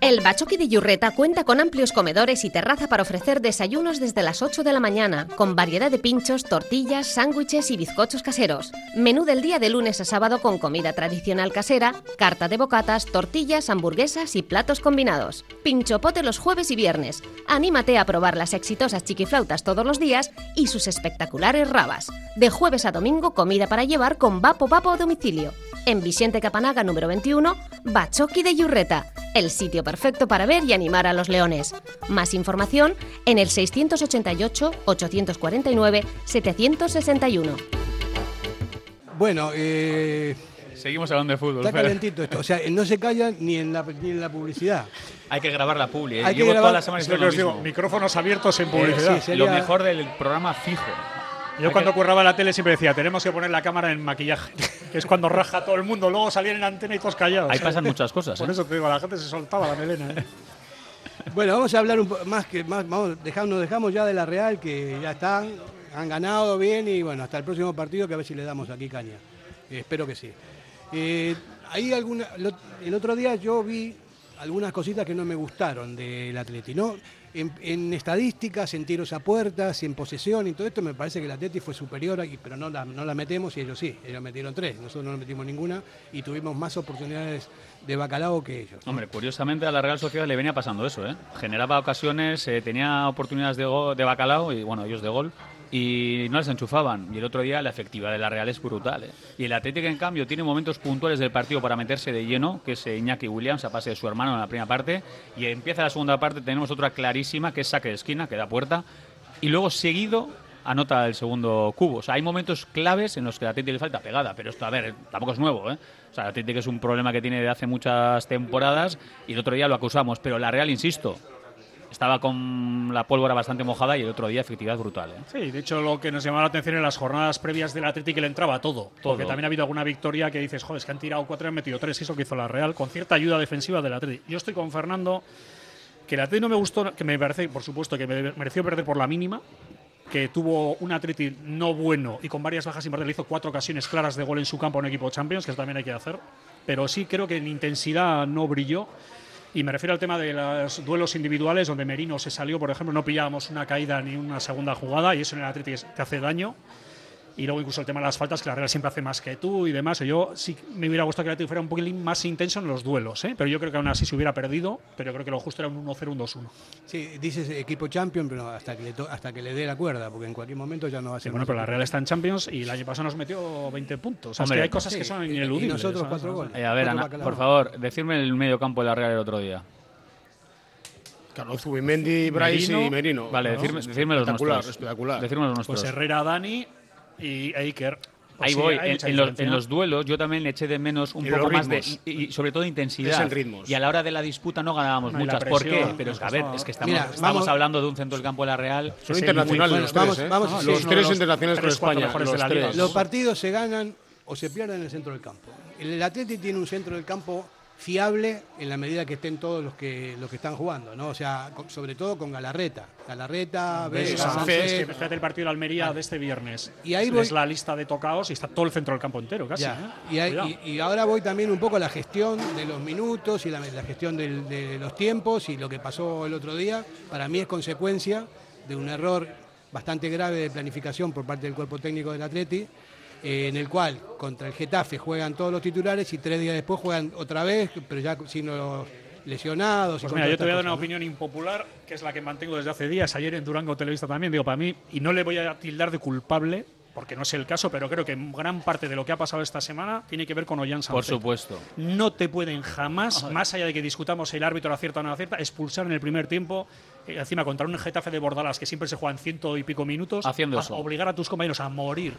El Bachoqui de Yurreta cuenta con amplios comedores y terraza para ofrecer desayunos desde las 8 de la mañana, con variedad de pinchos, tortillas, sándwiches y bizcochos caseros. Menú del día de lunes a sábado con comida tradicional casera, carta de bocatas, tortillas, hamburguesas y platos combinados. Pinchopote los jueves y viernes. Anímate a probar las exitosas chiquiflautas todos los días y sus espectaculares rabas. De jueves a domingo, comida para llevar con vapo vapo a domicilio. En Vicente Capanaga número 21, Bachoqui de Yurreta, el sitio perfecto para ver y animar a los leones. Más información en el 688-849-761.
Bueno, eh,
Seguimos hablando de fútbol.
está
Fer.
calentito esto. O sea, no se callan ni en la, ni en la publicidad.
Hay que grabar la publi. ¿eh?
Hay que
Llevo toda
grabar-
la semana
es
lo que
diciendo
os
lo
digo,
mismo.
micrófonos abiertos en
Eh,
publicidad.
sí, sería- Lo mejor del programa fijo.
Yo cuando curraba la tele siempre decía, tenemos que poner la cámara en maquillaje, [laughs] que es cuando raja todo el mundo, luego salían en antena y todos callados.
Ahí pasan muchas cosas,
Por
¿eh?
eso te digo, la gente se soltaba la melena. ¿eh?
Bueno, vamos a hablar un po- más que más, vamos, dejamos, nos dejamos ya de la Real, que ya están, han ganado bien y bueno, hasta el próximo partido que a ver si le damos aquí caña. Eh, espero que sí. Eh, hay alguna, lo- el otro día yo vi algunas cositas que no me gustaron del Atleti, ¿no? En, en estadísticas, en tiros a puertas, en posesión y todo esto, me parece que el Atleti fue superior, aquí, pero no la, no la metemos y ellos sí, ellos metieron tres, nosotros no metimos ninguna y tuvimos más oportunidades de bacalao que ellos.
Hombre, curiosamente a la Real Sociedad le venía pasando eso, ¿eh? Generaba ocasiones, eh, tenía oportunidades de, go- de bacalao, y bueno, ellos de gol, y no las enchufaban. Y el otro día la efectividad de la Real es brutal, ¿eh? Y el Atlético, en cambio, tiene momentos puntuales del partido para meterse de lleno, que es eh, Iñaki Williams a pase de su hermano en la primera parte, y empieza la segunda parte, tenemos otra clarísima, que es saque de esquina, que da puerta, y luego seguido anota el segundo cubo. O sea, hay momentos claves en los que a Tete le falta pegada, pero esto, a ver, tampoco es nuevo, ¿eh? O sea, Tete que es un problema que tiene de hace muchas temporadas y el otro día lo acusamos, pero la Real, insisto, estaba con la pólvora bastante mojada y el otro día efectividad brutal, ¿eh?
Sí, de hecho lo que nos llamaba la atención en las jornadas previas del Atlético que le entraba todo, Porque
Todo.
también ha habido alguna victoria que dices, joder, es que han tirado cuatro y han metido tres, y eso que hizo la Real, con cierta ayuda defensiva del Atlético. Yo estoy con Fernando, que el Atlético no me gustó, que me parece, por supuesto, que me mereció perder por la mínima, que tuvo un Atleti no bueno y con varias bajas importantes, le hizo cuatro ocasiones claras de gol en su campo a un equipo Champions, que eso también hay que hacer, pero sí creo que en intensidad no brilló. Y me refiero al tema de los duelos individuales, donde Merino se salió, por ejemplo, no pillábamos una caída ni una segunda jugada, y eso en el Atleti es- te hace daño. Y luego incluso el tema de las faltas, que la Real siempre hace más que tú y demás. Yo sí que me hubiera gustado que el Atleti fuera un poquilín más intenso en los duelos, ¿eh? pero yo creo que aún así se hubiera perdido, pero yo creo que lo justo era un 1-0, un 2-1.
Sí, dices equipo champion, pero hasta que le, to- hasta que le dé la cuerda, porque en cualquier momento ya no va a
Sí,
ser.
bueno,
más.
pero la Real está en Champions y el año pasado nos metió 20 puntos. O sea, es
Hombre,
que hay cosas
sí,
que son
y- y
ineludibles.
nosotros
¿sabes?
cuatro goles.
Eh, a ver,
Otro
Ana,
bacalao.
por favor, decirme el medio campo de la Real el otro día.
Claro, Zubimendi, Bryce y Merino.
Vale,
¿no?
decirme, decirme los
espectacular,
nuestros.
espectacular.
Decirme los nuestros.
Pues Herrera, Dani y Iker. Pues
Ahí
sí,
voy,
hay
en,
mucha
en los,
diferencia.
en los duelos yo también le eché de menos un
En
poco
los
más de,
ritmos.
y, y sobre todo de intensidad.
Es en ritmos.
Y a la hora de la disputa no ganábamos
No, y la
muchas. ¿Por
presión,
qué? Pero es que, a
nos
ver,
pasaba.
es que estamos,
Mira,
estamos
vamos-
hablando de un centro del campo de la Real.
Son internacionales los tres, ¿eh? Ah, los tres internacionales
tres,
los cuatro
España,
mejores
los
de la
tres.
liga.
Lo-
Los partidos se ganan o se pierden en el centro del campo. El Atleti tiene un centro del campo fiable en la medida que estén todos los que los que están jugando, ¿no? O sea, co- sobre todo con Galarreta, Galarreta, Vega,
Es Pues que
Sánchez.
fíjate el partido de Almería de este viernes.
Y ahí
es
voy-
la lista de tocaos y está todo el centro del campo entero, casi.
Ya.
¿eh?
Y, hay-
Cuidado.
y- y ahora voy también un poco a la gestión de los minutos y la, la gestión del- de los tiempos y lo que pasó el otro día. Para mí es consecuencia de un error bastante grave de planificación por parte del cuerpo técnico del Atleti, eh, en el cual contra el Getafe juegan todos los titulares y tres días después juegan otra vez, pero ya sin los lesionados. y
Pues
con
mira,
todas
yo te voy a dar
estas
una
cosas,
opinión impopular, que es la que mantengo desde hace días. Ayer en Durango Televista también, digo, para mí, y no le voy a tildar de culpable, porque no es el caso, pero creo que gran parte de lo que ha pasado esta semana tiene que ver con Ollán
Por
Sánchez.
supuesto.
No te pueden jamás, más allá de que discutamos si el árbitro acierta o no acierta, expulsar en el primer tiempo, eh, encima contra un Getafe de Bordalas que siempre se juegan ciento y pico minutos,
Haciendo
a
eso.
obligar a tus compañeros a morir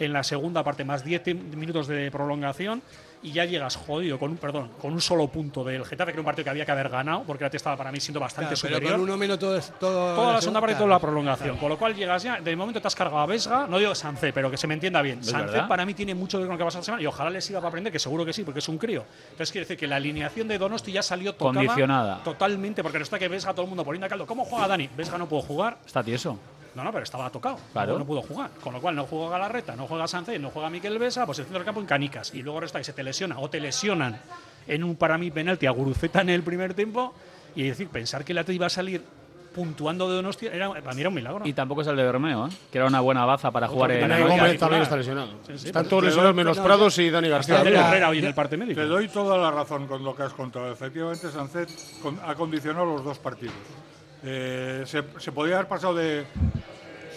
en la segunda parte, más 10 ti- minutos de prolongación, y ya llegas jodido con un, perdón, con un solo punto del Getafe, que era un partido que había que haber ganado, porque la estaba para mí siendo bastante
Claro, pero
superior.
con uno menos todo, es- todo
Toda la segunda
segunda-
parte y
claro.
toda la prolongación. Con lo cual llegas ya, de momento te has cargado a Vesga, no digo Sancé, pero que se me entienda bien.
Es
Sancé
verdad.
para mí tiene mucho que ver con lo que pasa la semana y ojalá le siga para aprender, que seguro que sí, porque es un crío. Entonces quiere decir que la alineación de Donosti ya salió tocada
Condicionada.
Totalmente, porque no está que Vesga todo el mundo poniendo a caldo. ¿Cómo juega Dani? Vesga no pudo jugar.
Está tieso.
No, no, pero estaba tocado.
Claro.
No pudo jugar. Con lo cual no juega Galarreta, no juega Sancé, no juega Miquel Vesa, pues el centro del campo en canicas. Y luego resta que se te lesiona o te lesionan en un para mí penalti a Guruceta en el primer tiempo. Y es decir, pensar que el Atleti iba a salir puntuando de Donostia era, para mí era un milagro.
Y tampoco es el de Bermeo, ¿eh? que era una buena baza para jugar en
Dani
la
Gómez
liga.
también está lesionado. Están todos lesionados menos
no,
Prados
yo-
y Dani García.
Te doy toda la razón con lo que has contado. Efectivamente, Sancet con- ha condicionado los dos partidos. Eh, se, se podía haber pasado de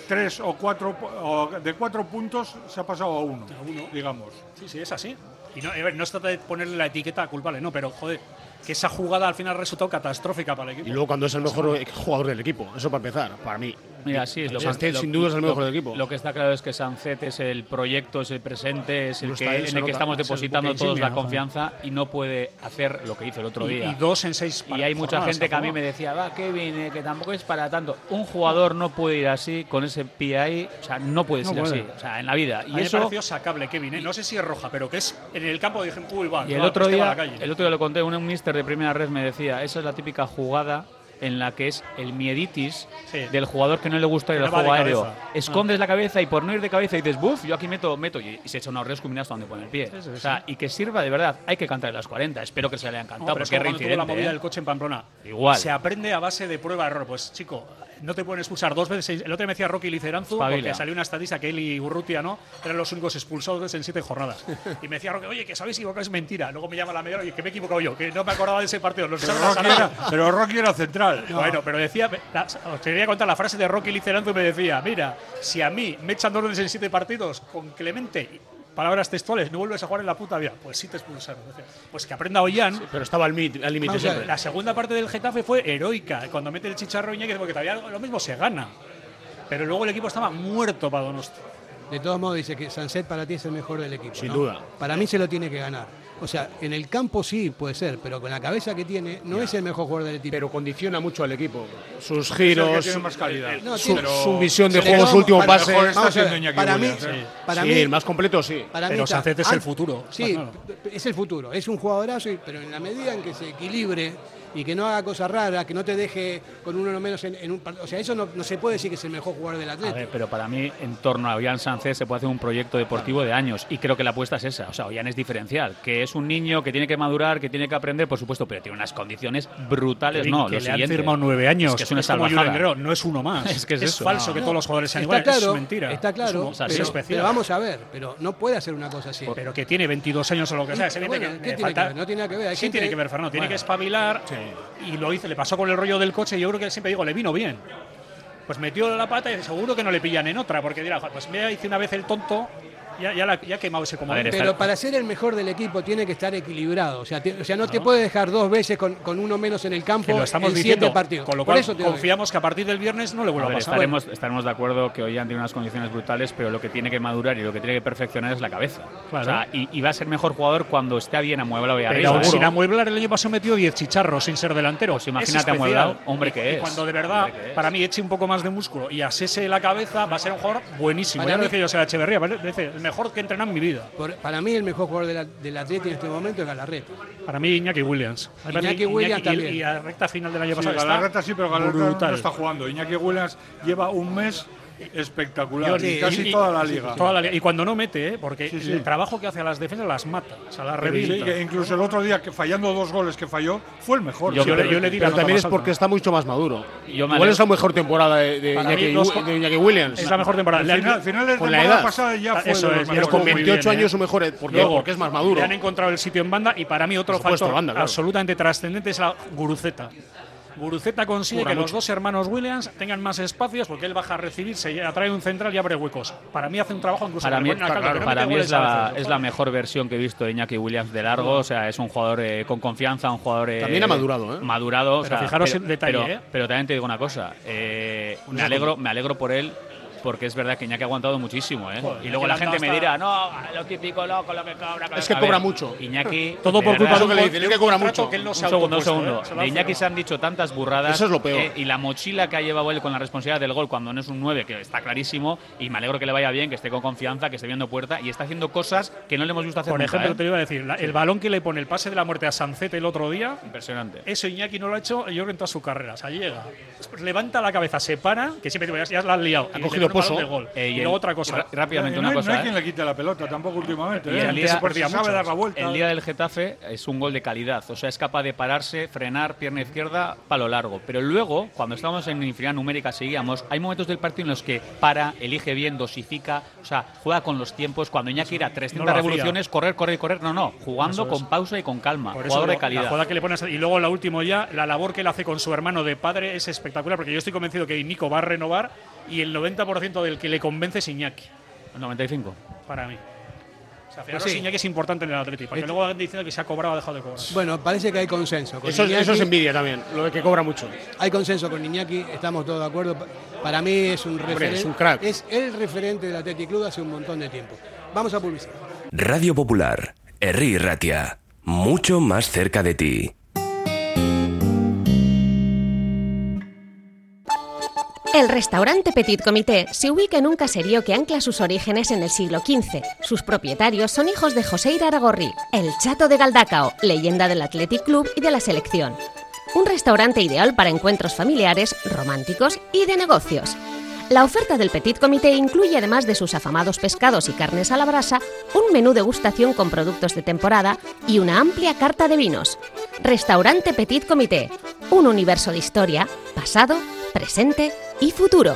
tres o cuatro, pu- o de cuatro puntos se ha pasado a uno, digamos.
Sí, sí, es así. Y no, a ver, no se trata de ponerle la etiqueta a culpable, no, pero joder, que esa jugada al final ha resultado catastrófica para el equipo.
Y luego cuando es el mejor eh, jugador del equipo. Eso para empezar, para mí.
Mira, sí, es lo
Sancet,
lo-
sin duda es el mejor
lo-
del equipo.
Lo que está claro es que Sancet es el proyecto, es el presente, es el
No
que,
está él,
en
se
el que
nota.
estamos
Es el
depositando
buque
todos
insignia,
la confianza y no puede hacer lo que hizo el otro
Y-
día.
y dos en seis
Y hay mucha
jornadas
gente
ha
que a mí
jugado.
me decía, va, Kevin, eh, que tampoco es para tanto. Un jugador no puede ir así con ese PI, o sea, no puede
No
ser
puede.
así, o sea, en la vida.
a
Y
mí me
eso
pareció sacable, Kevin. ¿eh? No sé si es roja, pero que es en el campo dije, uy, va.
Y el
va,
otro
este va
día,
a la calle.
el otro día lo conté, un mister de primera red me decía, esa es la típica jugada en la que es el mieditis del jugador que no le gusta ir
Que
al
no va
juego
de
aéreo.
cabeza. Ah.
Escondes la cabeza y por no ir de cabeza dices, buf, yo aquí meto, meto y, y se echa una horrores hasta donde pone el pie.
sí,
O sea, y que sirva de verdad. Hay que cantar en las 40, espero que se le hayan
No,
cantado
pero es
porque es
como cuando tuvo la
reincidente.
movida
¿eh?
del coche en Pamplona.
Igual.
Se aprende a base de prueba-error. Pues, chico, no te pueden expulsar dos veces. El otro día me decía Rocky Liceranzu,
Espabila.
porque salió una estadística que él y Urrutia, ¿no? Eran los únicos expulsados en siete jornadas. Y me decía Rocky, oye, que sabéis equivocado, es mentira. Luego me llama la media hora, oye, que me he equivocado yo, que no me acordaba de ese partido. Los
Pero
echaron a
Rocky
Salada.
era- pero Rocky era central.
Bueno, pero decía, la- os quería contar la frase de Rocky Liceranzo me decía, mira, si a mí me echan dos veces en siete partidos con Clemente, palabras textuales, no vuelves a jugar en la puta vida, pues sí te expulsaron. Decía, Pues que aprenda Ollán.
pero estaba al mit- al límite
Vamos a ver,
siempre.
La segunda parte del Getafe fue heroica, cuando mete el chicharro Iñaki, porque todavía lo mismo se gana. Pero luego el equipo estaba muerto para Donosti.
De todos modos, dice que Sunset para ti es el mejor del equipo.
Sin
¿no?
duda.
Para mí se lo tiene que ganar. O sea, en el campo sí puede ser, pero con la cabeza que tiene, no es el mejor jugador del equipo.
Pero condiciona mucho al equipo. Sus
Es el
giros,
que tiene más calidad.
su-
Eh, No,
su,
pero-
su visión de
Pero
juego, su último
para-
pase.
mejor está Vamos a siendo ver, Iñaki para mí-
sí.
Williams, ¿eh? para mí-
el más completo sí.
Para mí está- an- Sí, es el futuro. Es un jugadorazo, y- pero en la medida en que se equilibre y que no haga cosas raras, que no te deje con uno menos en, en un partido. O sea, eso no, no se puede decir que es el mejor jugador del
A
Atlético.
ver, pero para mí, en torno a Ollán Sánchez se puede hacer un proyecto deportivo de años. Y creo que la apuesta es esa. O sea, Ollán es diferencial. Que es un niño que tiene que madurar, que tiene que aprender, por supuesto, pero tiene unas condiciones brutales.
Kevin,
No,
que
lo
le
siguiente.
han firmado nueve años.
Es que es una
Es como Julen
salvajada.
Guerrero, no es uno más.
[laughs] es que es,
Es
eso.
falso que todos los jugadores sean
está
iguales, es
Claro,
mentira.
Está
Es
claro,
un- o sea,
pero,
es especial.
pero vamos a ver, pero no puede hacer una cosa así.
Pero que tiene 22 años o lo que sea. Es
Pero
evidente
bueno,
que
¿qué
le
tiene
falta-
que ver? No tiene que ver, hay
Sí,
gente-
tiene que ver, Fernando. Tiene
Bueno.
que espabilar. Y lo hizo, le pasó con el rollo del coche. Yo creo que siempre digo, le vino bien. Pues metió la pata y seguro que no le pillan en otra. Porque dirá, "Joder, pues me hice una vez el tonto. Ya, ya, la- ya ha quemado ese comodín.
Pero para ser el mejor del equipo tiene que estar equilibrado. O sea, te- o sea no te
Claro.
puede dejar dos veces con, con uno menos en el campo
que lo estamos
en
diciendo.
siete partidos.
Con lo
Por
cual
eso te doy.
confiamos que a partir del viernes no le vuelva
A
a,
ver,
pasar.
estaremos, estaremos de acuerdo que hoy han tenido unas condiciones brutales, pero lo que tiene que madurar y lo que tiene que perfeccionar es la cabeza.
Claro.
O sea, y, y va a ser mejor jugador cuando esté bien amueblado y
Pero
arriba. ¿eh?
sin amueblar el año pasado metió 10 chicharros sin ser delantero.
Pues imagínate amueblado, hombre que
Y
es.
Cuando de verdad,
Hombre que es.
para mí, eche un poco más de músculo y asese la cabeza, va a ser un jugador buenísimo.
Para
ya lo
mí-
decía yo, sea, Echeverría, ¿vale? Dice, el mejor que he entrenado en mi vida.
Por- para mí el mejor jugador de la- del Atleti en este momento es Galarreta.
Para mí, Iñaki Williams. Me parece
Iñaki
que
Williams
y-
también.
Y, la recta final del año
Sí,
pasado. está
Galarreta sí, pero Galarreta
brutal.
no está jugando. Iñaki Williams lleva un mes espectacular.
Jordi,
y casi
y- y-
toda la
sí,
liga.
toda la liga. Y cuando no mete, ¿eh? porque
Sí, sí.
el trabajo que hace a las defensas las mata, o sea, las
Pero
revienta.
sí, que incluso el otro día, que fallando dos goles que falló, fue el mejor.
Yo- Yo le- yo le di la
Pero también es porque está mucho más maduro.
Yo me
Igual
alegro.
es la mejor temporada de, de
Para
Iñaki,
mí, los-
Wi- de Iñaki Williams.
Es la mejor temporada. Le han-
Final-
finales de
Con la
temporada
edad.
pasada ya fue
Eso
de los
es,
mejores.
Pero con
Muy
28
bien, ¿eh?
años su mejor ed- ¿por qué?
Luego,
porque es más maduro.
Le han encontrado el sitio en banda y para mí otro
Por supuesto,
factor
banda, claro.
absolutamente trascendente es la guruceta. Guruceta consigue
Curra
que los
mucho.
dos hermanos Williams tengan más espacios porque él baja a recibirse, y atrae un central y abre huecos. Para mí hace un trabajo incluso
Para
que le
mí,
ponen a Caldo, que no
para
mete
mí
goles
es,
a
la,
veces.
es la mejor versión que he visto de Iñaki Williams de largo. O sea, es un jugador eh, con confianza, un jugador. eh,
También ha madurado, ¿eh?
Madurado. o
Pero
sea,
fijaros en detalle,
pero-
¿eh?
pero también te digo una cosa. eh, me,
Una
alegro, me alegro por él. Porque es verdad que Iñaki ha aguantado muchísimo, ¿eh?
Joder,
y luego
Iñaki
la gente
anda
me
hasta-
dirá, no, lo típico loco, lo que cobra.
Es que
A
cobra
ver,
mucho.
Iñaki.
[laughs] Todo
de
por culpa
verdad,
de lo que le dicen, es que cobra mucho.
que él no
un
se ha
segundo, un
autopuesto,
segundo.
¿eh? Se lo
De
han
Iñaki se han dicho tantas burradas. eh,
Eso es lo peor.
y la mochila que ha llevado él con la responsabilidad del gol cuando no es un 9, que está clarísimo. Y me alegro que le vaya bien, que esté con confianza, que esté viendo puerta y está haciendo cosas que no le hemos visto hacer
Por
nunca,
ejemplo,
¿eh?
te lo iba a decir, la- el balón que le pone el pase de la muerte a Sancet el otro día,
Impresionante.
Eso Iñaki no lo ha hecho, yo creo, en toda su carrera. O sea, llega, levanta la cabeza, se para, que siempre digo, ya, ya la has liado. y le pone un balón de gol. Eh, y, luego otra cosa.
eh, rápidamente,
no
una
hay,
cosa,
No hay
¿eh?
quien le quite la pelota tampoco últimamente.
Y
¿eh?
el
Antes
día,
se perdía mucho. sabe dar la vuelta.
el día del Getafe es un gol de calidad, o sea, es capaz de pararse, frenar, pierna izquierda, palo largo. Pero luego, cuando estábamos en infinidad numérica, seguíamos, hay momentos del partido en los que para, elige bien, dosifica, o sea, juega con los tiempos. Cuando Iñaki era
No
300
lo hacía.
revoluciones, correr, correr, correr, no, no,
Eso
jugando
es.
con pausa y con calma,
Por eso
jugador
lo-
de calidad.
La jugada que le pones y luego la última ya, la labor que él hace con su hermano de padre es espectacular, porque yo estoy convencido que Nico va a renovar y el 90% del que le convence es Iñaki,
95.
para mí. O sea,
Pues
fijaros,
sí.
Iñaki es importante en el Atlético, para que
Es-
luego hagan diciendo que se ha cobrado o ha dejado de cobrar.
Bueno, parece que hay consenso. con
Eso es- eso es
envidia también, lo de que cobra mucho.
Hay consenso con Iñaki, estamos todos de acuerdo. Pa- Para mí es un
Hombre,
referente.
es un crack.
Es el referente del Athletic Club hace un montón de tiempo. Vamos a publicidad.
Radio Popular, Herri Ratia, mucho más cerca de ti.
El restaurante Petit Comité se ubica en un caserío que ancla sus orígenes en el siglo XV. Sus propietarios son hijos de José Iraragorri, el chato de Galdacao, leyenda del Athletic Club y de la selección. Un restaurante ideal para encuentros familiares, románticos y de negocios. La oferta del Petit Comité incluye, además de sus afamados pescados y carnes a la brasa, un menú degustación con productos de temporada y una amplia carta de vinos. Restaurante Petit Comité, un universo de historia, pasado, presente y futuro.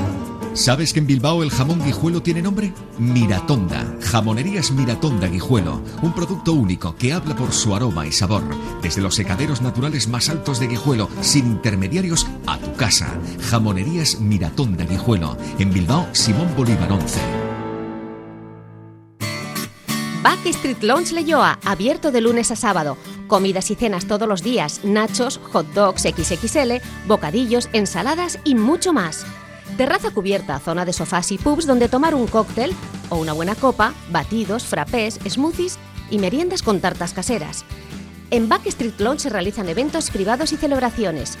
¿Sabes que en Bilbao el jamón guijuelo tiene nombre? Miratonda. Jamonerías Miratonda Guijuelo. Un producto único que habla por su aroma y sabor. Desde los secaderos naturales más altos de Guijuelo, sin intermediarios, a tu casa. Jamonerías Miratonda Guijuelo. En Bilbao, Simón Bolívar 11.
Back Street Lounge Leyoa, abierto de lunes a sábado. Comidas y cenas todos los días, nachos, hot dogs XXL, bocadillos, ensaladas y mucho más. Terraza cubierta, zona de sofás y pubs donde tomar un cóctel o una buena copa, batidos, frappés, smoothies y meriendas con tartas caseras. En Back Street Lounge se realizan eventos privados y celebraciones.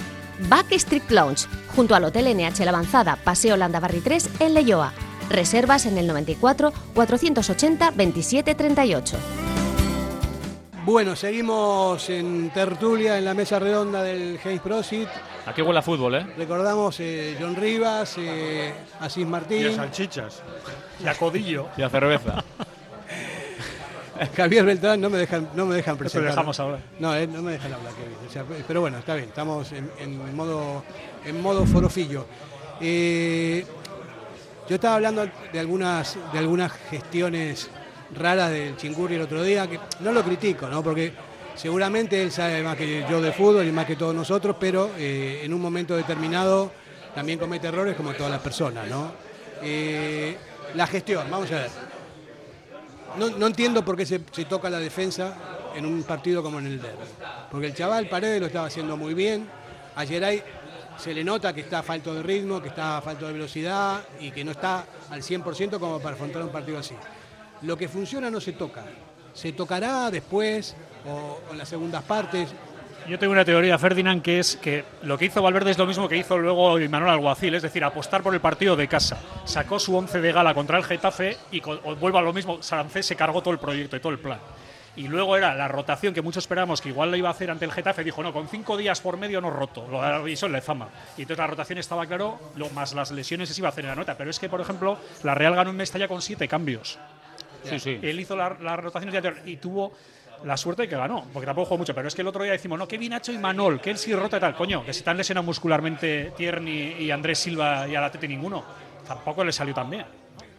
Back Street Lounge, junto al Hotel NH La Avanzada, Paseo Landabarri 3, en Leyoa. Reservas en el 94 480 27 38.
Bueno, seguimos en tertulia, en la mesa redonda del Hayes Prosit.
Aquí huele a fútbol, ¿eh?
Recordamos eh, John Rivas, eh, Asís Martín.
Y a salchichas. Y a codillo.
Y a cerveza.
[laughs] Javier Beltrán no me dejan, no me dejan
Te
presentar.
dejamos hablar.
No, eh, no me dejan hablar, Kevin. O sea, pero bueno, está bien, estamos en, en modo, en modo forofillo. Eh, yo estaba hablando de algunas, de algunas gestiones raras del Chingurri el otro día, que no lo critico, ¿no? Porque seguramente él sabe más que yo de fútbol y más que todos nosotros, pero eh, en un momento determinado también comete errores como todas las personas, ¿no? Eh, la gestión, vamos a ver. No, no entiendo por qué se, se toca la defensa en un partido como en el derby. Porque el chaval Paredes lo estaba haciendo muy bien. A Geray se le nota que está falto de ritmo, que está falto de velocidad y que no está al 100% como para afrontar un partido así. Lo que funciona no se toca. Se tocará después o, o en las segundas partes.
Yo tengo una teoría, Ferdinand, que es que lo que hizo Valverde es lo mismo que hizo luego Manuel Alguacil, es decir, apostar por el partido de casa. Sacó su once de gala contra el Getafe y co- o vuelve a lo mismo. Sarancé se cargó todo el proyecto y todo el plan. Y luego era la rotación que muchos esperábamos que igual lo iba a hacer ante el Getafe. Dijo, no, con cinco días por medio no roto. Lo avisó en la fama. Y entonces la rotación estaba claro, lo, más las lesiones se iba a hacer en la nota. Pero es que, por ejemplo, la Real ganó en Mestalla con siete cambios. [laughs]
Sí, sí.
Él hizo la- las rotaciones de anterior y tuvo la suerte de que ganó, porque tampoco jugó mucho. Pero es que el otro día decimos, no, qué bien ha hecho Imanol, que él sí rota y tal. Coño, que si tan lesionado muscularmente Tierney y Andrés Silva y Alatete ninguno, tampoco le salió tan bien.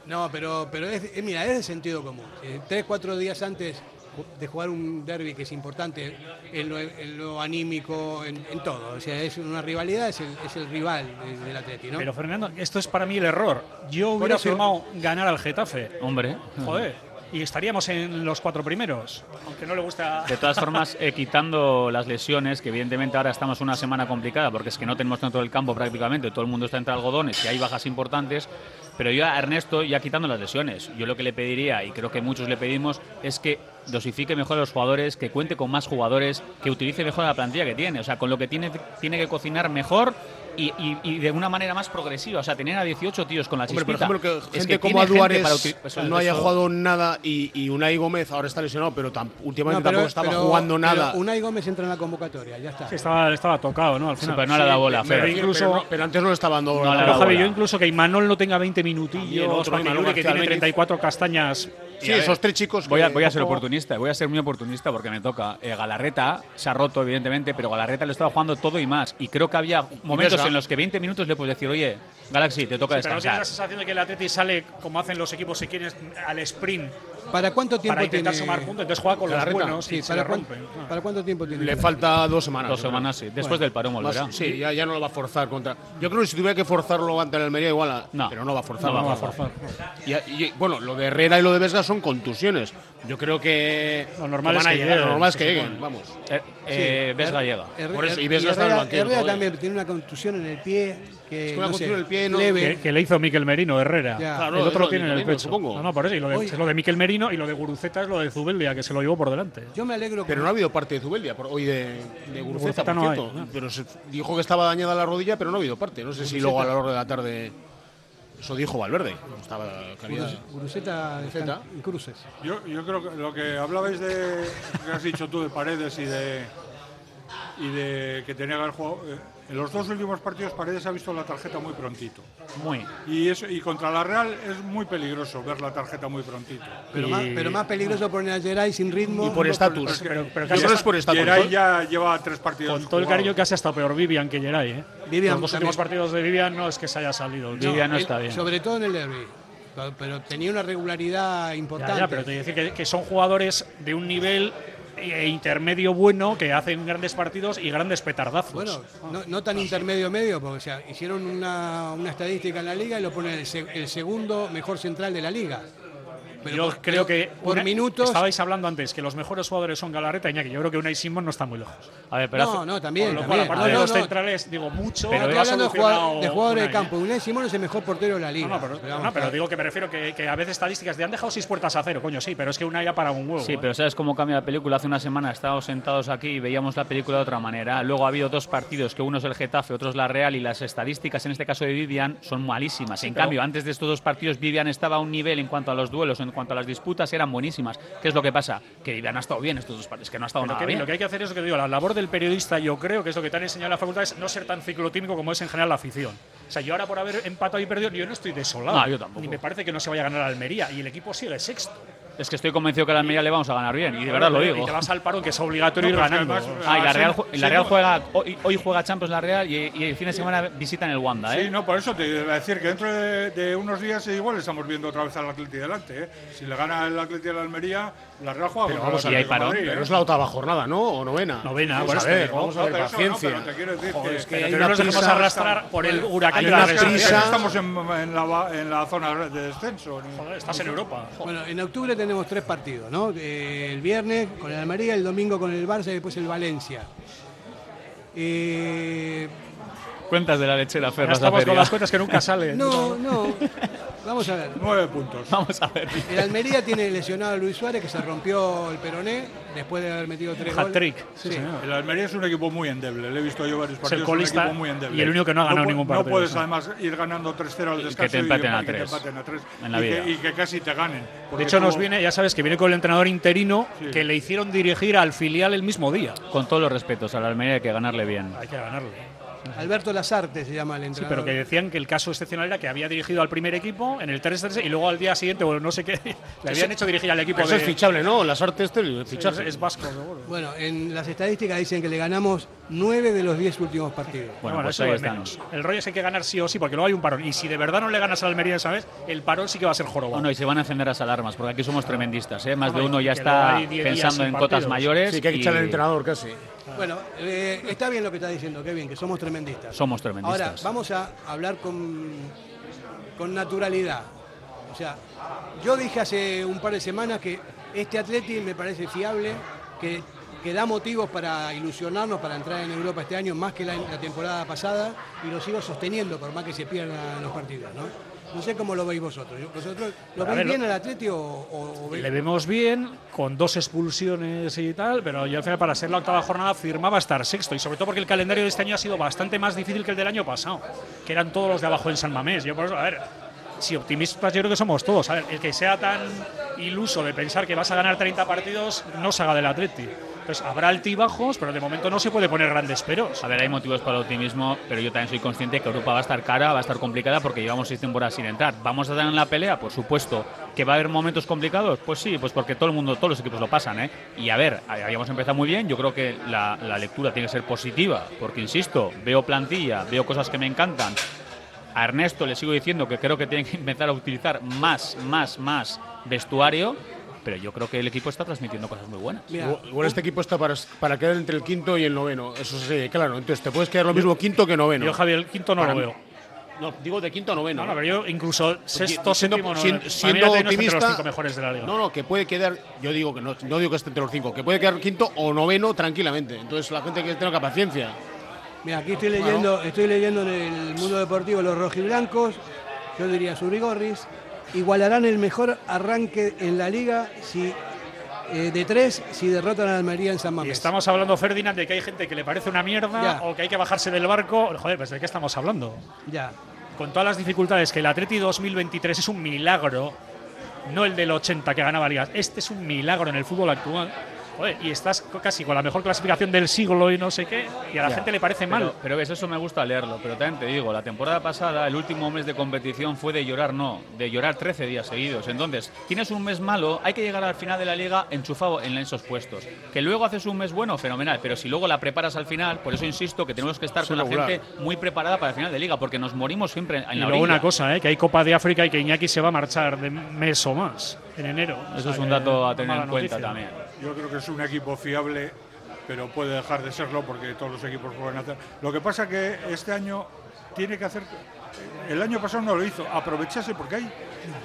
No, pero, pero es, eh, mira, es de sentido común. Eh, tres, cuatro días antes ju- de jugar un derby que es importante en lo, en lo anímico, en, en todo. O sea, es una rivalidad, es el, es el rival de- del Atleti, ¿no?
Pero Fernando, esto es para mí el error. Yo
Por
hubiera
eso-
firmado ganar al Getafe.
Hombre.
Joder. Y estaríamos en los cuatro primeros, aunque no le gusta.
De todas formas, eh, quitando las lesiones, que evidentemente ahora estamos en una semana complicada, porque es que no tenemos tanto del campo prácticamente, todo el mundo está entre algodones y hay bajas importantes, pero yo a Ernesto, ya quitando las lesiones, yo lo que le pediría, y creo que muchos le pedimos, es que dosifique mejor a los jugadores, que cuente con más jugadores, que utilice mejor la plantilla que tiene, o sea, con lo que tiene, tiene que cocinar mejor. Y, y- y de una manera más progresiva, o sea, tener a 18 tíos con la
Hombre,
chispita.
por ejemplo, que
Es
gente
que
como
tiene gente
Aduares
para uti- eso-
no haya
eso-
jugado nada y, y Unai Gómez ahora está lesionado, pero tam- últimamente
No, pero-
tampoco estaba
pero-
jugando
pero
nada.
Unai Gómez entra en la convocatoria, ya está.
Sí, estaba, estaba tocado, ¿no? Al
Sí,
final.
pero no le ha dado bola,
pero
Fer.
incluso-
Pero no- pero antes no le estaba dando
No,
bola.
pero,
No le ha dado
Javi,
bola.
yo incluso que Imanol no tenga 20
También
minutillos,
otro,
Juan
Imanol
Miluri, que
Marcial
tiene
Benítez.
34 castañas.
Y a ver, Voy a, voy a ser oportunista, voy a ser muy oportunista porque me toca. Eh, Galarreta se ha roto, evidentemente, pero Galarreta lo estaba jugando todo y más. Y creo que había momentos
Vesga.
en los que 20 minutos le puedes decir, oye, Galaxy, te toca
Sí, pero no tienes
descansar.
la sensación de que el Atleti sale como hacen los equipos si quieres al sprint.
¿Para cuánto tiempo
Para intentar
tiene-
sumar puntos, entonces juega con los
Galarreta?
buenos
Sí,
y se
¿para
le
cuán-
rompen.
¿Para cuánto tiempo tiene?
Le falta dos semanas.
Dos
yo creo.
semanas, sí. Después del parón
más-
volverá.
sí, ya, ya no lo va a forzar contra. Yo creo que si tuviera que forzarlo ante el Almería, igual. a- Pero no va a forzar.
No va a forzar.
Y, y, bueno, lo de Herrera y lo de Vesga son contusiones. Yo creo que. Lo
normal es
van a
que
llegar,
lleguen,
Lo normal es
se
que lleguen,
supone.
vamos.
Eh, eh,
Sí.
Vesga llega.
Herre-
Por eso, y
Her-
Vesga está en el
Herrera-
banquillo.
Herrera
todavía.
también tiene una contusión en el pie. Que,
Es que una
no sé,
contusión en el pie no-
leve.
Que, que le hizo Miquel Merino, Herrera.
Ya. Claro,
el
es
otro
lo
lo tiene
de
en el
Merino,
pecho.
supongo.
No, no, por eso. Y lo de,
Oye.
es lo de Miquel Merino y lo de Guruceta es lo de Zubeldia, que se lo llevó por delante.
Yo me alegro.
Pero no ha habido parte de Zubeldia, por- hoy de, de Guruceta,
Guruceta
por
no hay,
cierto.
¿no?
Pero se dijo que estaba dañada la rodilla, pero no ha habido parte. No sé si
Guruceta.
luego a la hora de la tarde. Eso dijo Valverde. Estaba que había-
Pues,
Guruceta está en cruces.
Yo, yo creo que lo que hablabais de lo que has dicho tú de Paredes y de y de que tenía que haber jugado eh, en los dos últimos partidos Paredes ha visto la tarjeta muy prontito.
Muy.
Y eso y contra la Real es muy peligroso ver la tarjeta muy prontito.
Pero, más, pero más peligroso poner a Geray sin ritmo.
Pero, pero
Yo
casi
creo
hasta-
es por estatus. Geray ya lleva tres partidos.
Con todo el cariño que hace hasta peor Vivian que Geray, ¿eh?
Vivian
Los dos últimos partidos de Vivian no es que se haya salido.
él- Sobre todo en el derby. Pero- Pero tenía una regularidad importante.
Ya, ya, pero te decir que, que son jugadores de un nivel eh, intermedio bueno que hacen grandes partidos y grandes petardazos.
Bueno, no, no tan intermedio medio, porque o sea, hicieron una, una estadística en la liga y lo ponen el, se- el segundo mejor central de la liga. Pero
yo
por-
creo que
por
Unai-
minutos-
Estabais hablando antes que los mejores jugadores son Galarreta y Iñaki. Yo creo que Unai Simón no está muy lejos.
A ver,
pero No, hace- no, también,
Con lo cual,
también.
aparte
No,
de
no,
los
no.
centrales, digo mucho.
Pero
lo
estoy
ha
hablando de,
solucionado
jugador- de jugadores de
Unai, ¿eh?
campo. Unai Simón es el mejor portero de la liga.
No, pero,
Pero vamos, eh,
no, pero digo que me refiero que, que a veces estadísticas de han dejado seis puertas a cero, coño, sí, pero es que una ya para un huevo.
Sí,
¿eh?
pero ¿sabes cómo cambia la película? Hace una semana estábamos sentados aquí y veíamos la película de otra manera. Luego ha habido dos partidos, que uno es el Getafe, otro es la Real, y las estadísticas, en este caso de Vivian, son malísimas. en
pero-
cambio, antes de estos dos partidos, Vivian estaba a un nivel en cuanto a los duelos, en cuanto a las disputas, eran buenísimas. ¿Qué es lo que pasa? Que Vivian ha estado bien estos dos partidos, que no ha estado
Pero
nada
que
bien.
Lo que hay que hacer es lo que digo, la labor del periodista, yo creo que es lo que te han enseñado en la facultad, es no ser tan ciclotímico como es en general la afición. O sea, yo ahora por haber empatado y perdido, yo no estoy desolado.
No, yo tampoco.
Ni me parece que no se vaya a ganar la Almería. Y el equipo sigue sexto.
Es que estoy convencido que a la Almería le vamos a ganar bien, y de verdad lo digo.
Y te vas al parón, que es obligatorio
No,
ir
pero es que
ganando.
además, Ah, y la Real, ju- y la Real juega, hoy, hoy juega Champions la Real y, y el fin de semana visitan el Wanda, ¿eh?
Sí, no, por eso te iba a decir que dentro de, de unos días eh, igual estamos viendo otra vez al Atleti delante. ¿eh? Si le gana el Atleti a la Almería, la Real juega contra el Atlético de Madrid, ¿eh?
Pero es la octava jornada, ¿no? O novena.
Novena,
vamos
por
a
eso
ver,
te digo,
vamos a
no,
ver,
pero eso no,
paciencia.
Pero te quiero decir
Joder,
que-
es que Pero hay que no una nos dejemos prisa- arrastrar por el huracán
Hay
de la
una
desgracia.
prisa.
Ya
Estamos
estamos
en, la, zona de descenso.
estás en Europa.
Bueno, en octubre tenemos tres partidos, ¿no? Eh, el viernes con el Almería, el domingo con el Barça y después el Valencia. Eh,
Cuentas de la lechera, Fer.
Ya
vas
estamos
a hacer
con
ya.
las cuentas que nunca
[laughs]
salen.
no, no. Vamos a ver.
Nueve puntos.
Vamos a ver.
El Almería tiene lesionado a Luis Suárez, que se rompió el peroné después de haber metido tres goles. Sí.
El Almería es un equipo muy endeble. Le he visto yo varios
el
partidos.
colista
un equipo muy endeble.
y el único que no ha ganado
pu-
ningún partido,
No puedes
sí.
además ir ganando 3-0 al descanso
te empaten
y
a
que te
tres.
empaten a tres.
En la
y,
vida.
Que, y que casi te ganen.
De
porque
hecho, nos
tú-
viene, ya sabes, que viene con el entrenador interino
Sí.
que le hicieron dirigir al filial el mismo día.
Con todos los respetos, a la Almería hay que ganarle bien.
Hay que ganarle.
Alberto Lazarte se llama el
Sí,
entrenador.
pero que decían que el caso excepcional era que había dirigido al primer equipo en el 3-3 y luego al día siguiente, bueno, no sé qué, [laughs] le habían hecho dirigir al equipo
Eso
de-
es fichable, ¿no? Las artes este el
Sí,
fichaje.
es, es vasco, seguro.
Bueno, en las estadísticas dicen que le ganamos nueve de los diez últimos partidos.
Bueno,
pues
pues
eso es menos. El rollo es que hay que ganar sí o sí, porque luego hay un parón. Y si de verdad no le ganas al Almería esa vez, el parón sí que va a ser jorobado.
Bueno, Oh, y se van a encender las alarmas, porque aquí somos tremendistas, ¿eh? Más de
Hombre,
uno ya
Ah, que luego
está
hay diez días
pensando
sin
en cotas
partidos.
mayores.
Sí, que hay que
y
echarle al entrenador casi.
Bueno, eh, está bien lo que está diciendo, qué bien, que somos tremendistas.
Somos tremendistas.
Ahora, vamos a hablar con, con naturalidad. O sea, yo dije hace un par de semanas que este Atleti me parece fiable, que, que da motivos para ilusionarnos para entrar en Europa este año más que la, la temporada pasada y lo sigo sosteniendo por más que se pierdan los partidos, ¿no? No sé cómo lo veis vosotros. Yo- ¿Vosotros lo
A
veis
ver,
bien
lo-
al Atleti o, o- o veis-
Le vemos bien, con dos expulsiones y tal, pero yo al final para ser la octava jornada firmaba estar sexto. Y sobre todo porque el calendario de este año ha sido bastante más difícil que el del año pasado, que eran todos los de abajo en San Mamés. Yo por eso, a ver, si optimistas yo creo que somos todos. A ver, el que sea tan iluso de pensar que vas a ganar 30 partidos, no se haga del Atleti. Entonces habrá altibajos, pero de momento no se puede poner grandes peros.
A ver, hay motivos para el optimismo, pero yo también soy consciente que Europa va a estar cara, va a estar complicada porque llevamos seis temporadas sin entrar. ¿Vamos a estar en la pelea? Por supuesto. ¿Que va a haber momentos complicados? Pues sí, pues porque todo el mundo, todos los equipos lo pasan, ¿eh? Y a ver, habíamos empezado muy bien, yo creo que la, la lectura tiene que ser positiva, porque insisto, veo plantilla, veo cosas que me encantan. A Ernesto le sigo diciendo que creo que tienen que [laughs] empezar a utilizar más, más, más vestuario, pero yo creo que el equipo está transmitiendo cosas muy buenas.
Igual igual este equipo está para, para quedar entre el quinto y el noveno. Eso sí, claro. Entonces te puedes quedar lo mismo quinto que noveno.
Yo, Javier, el quinto no
Para
lo
mí.
veo.
No, digo de quinto a noveno.
No, no, pero yo incluso sexto,
siendo,
séptimo,
sien-
noveno. Para mí
siendo
Atleti no es entre los
optimista,
cinco mejores de la liga.
No, no, que puede quedar, yo digo que no, no digo que esté entre los cinco, que puede quedar quinto o noveno tranquilamente. Entonces la gente que tenga paciencia.
Mira, aquí estoy leyendo, estoy leyendo en el mundo deportivo los rojiblancos, yo diría Surigorris, igualarán el mejor arranque en la liga si eh, de tres si derrotan a Almería en San
Y
Mamés.
estamos hablando, Ferdinand, de que hay gente que le parece una mierda
Ya.
o que hay que bajarse del barco. Joder, pues ¿de qué estamos hablando?
Ya.
Con todas las dificultades que el Atleti 2023 es un milagro, no el del 80 que ganaba ligas. Este es un milagro en el fútbol actual. Joder, y estás co- casi con la mejor clasificación del siglo y no sé qué, y a la
Ya.
gente le parece
Pero-
mal.
Pero ves, eso me gusta leerlo. Pero también te digo, la temporada pasada, el último mes de competición fue de llorar, no, de llorar 13 días seguidos. Entonces, tienes un mes malo, hay que llegar al final de la liga enchufado en esos puestos. Que luego haces un mes bueno, fenomenal. Pero si luego la preparas al final, por eso insisto que tenemos que estar
Sí,
con la
regular.
gente muy preparada para el final de liga, porque nos morimos siempre en la
Y
orilla.
luego una cosa, ¿eh? que hay Copa de África y que Iñaki se va a marchar de mes o más, en enero. O
Eso
sea
es un
que
dato a
una
tener en
mala
cuenta
noticia.
también.
Yo creo que es un equipo fiable, pero puede dejar de serlo porque todos los equipos pueden hacer. Lo que pasa que este año tiene que hacer. El año pasado no lo hizo, aprovecharse porque hay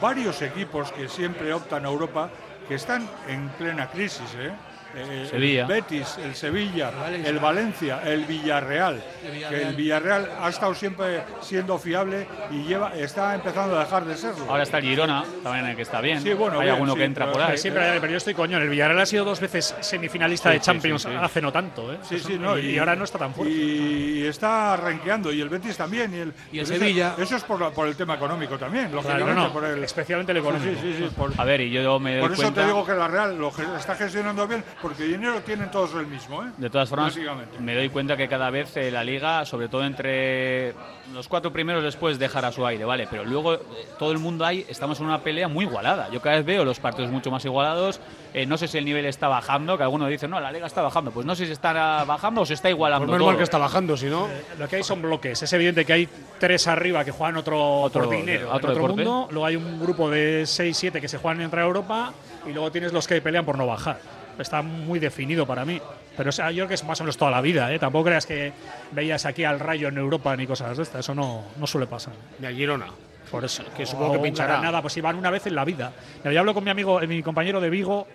varios equipos que siempre optan a Europa que están en plena crisis. ¿eh? Eh,
Sevilla.
El Betis, el Sevilla,
Valencia.
el Valencia, el Villarreal.
El
que
Villarreal.
el Villarreal ha estado siempre siendo fiable y lleva, está empezando a dejar de serlo.
Ahora está el Girona, también que está bien.
Sí, bueno,
hay
bien,
alguno
sí,
que entra
pero
por ahí.
sí,
Sí, pero, pero yo estoy coño. El Villarreal ha sido dos veces semifinalista
Sí,
de
sí,
Champions
sí, sí.
hace no tanto, ¿eh?
Sí,
Eso-
sí, no,
y, y ahora no está tan fuerte.
Y está renqueando, y el Betis también. Y el,
Y el
ese-
Sevilla.
Eso es por, la- por el tema económico también, lógicamente.
no,
por el-
especialmente el
Sí,
económico.
sí, sí, sí, por,
A ver, y yo me doy
por eso
cuenta.
te digo que la Real lo ge- está gestionando bien, porque dinero tienen todos el mismo. ¿eh?
De todas formas,
Básicamente.
me doy cuenta que cada vez eh, la liga, sobre todo entre los cuatro primeros, después dejar a su aire, ¿vale? Pero luego eh, todo el mundo ahí, estamos en una pelea muy igualada. Yo cada vez veo los partidos mucho más igualados. Eh, no sé si el nivel está bajando, que algunos dicen, no, la liga está bajando. Pues no sé si está bajando o se está igualando.
Pues menos mal
todo.
que está
bajando, si no.
Eh, Lo que hay son bloques. Es evidente que hay tres arriba que juegan otro,
Otro-
por dinero,
otro
en otro
deporte.
mundo. Luego hay un grupo de 6-7 que se juegan entre Europa y luego tienes los que pelean por no bajar. Está muy definido para mí. Pero o sea, yo creo que es más o menos toda la vida. ¿eh? Tampoco creas que veías aquí al rayo en Europa ni cosas de estas. Eso no, no suele pasar.
Ni a Girona.
Por eso.
Que supongo
O
que
un
pinchará.
Granada, pues si van una vez en la vida. Mira, Yo hablo con mi amigo, eh, mi compañero de Vigo,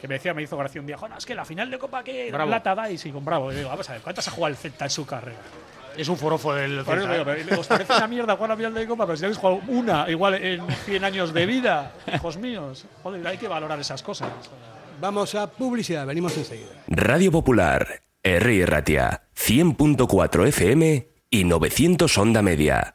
que me decía, me hizo gracia un día, Jonas, que la final de Copa que
Bravo.
plata dais y con Bravo. Y digo, vamos a ver, ¿cuántas ha jugado el Celta en su carrera?
Es un forofo del
Por eso
Celta,
digo,
¿eh?
pero os parece una mierda jugar la final de Copa, pero si habéis jugado una, igual en 100 años de vida, hijos míos. Joder, hay que valorar esas cosas.
Vamos a publicidad, venimos enseguida.
Radio Popular, R. Ratia, 100.4 FM y 900 Onda Media.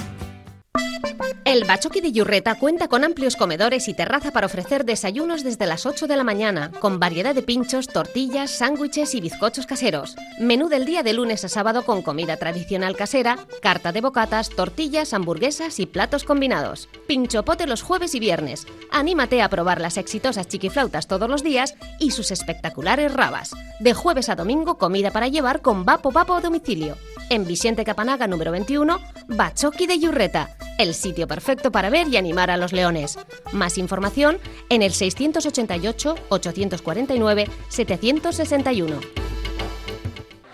El Bachoqui de Yurreta cuenta con amplios comedores y terraza para ofrecer desayunos desde las 8 de la mañana, con variedad de pinchos, tortillas, sándwiches y bizcochos caseros. Menú del día de lunes a sábado con comida tradicional casera, carta de bocatas, tortillas, hamburguesas y platos combinados. Pinchopote los jueves y viernes. Anímate a probar las exitosas chiquiflautas todos los días y sus espectaculares rabas. De jueves a domingo, comida para llevar con Vapo Vapo a domicilio. En Vicente Capanaga número 21, Bachoqui de Yurreta el sitio perfecto para ver y animar a los leones. Más información en el 688-849-761.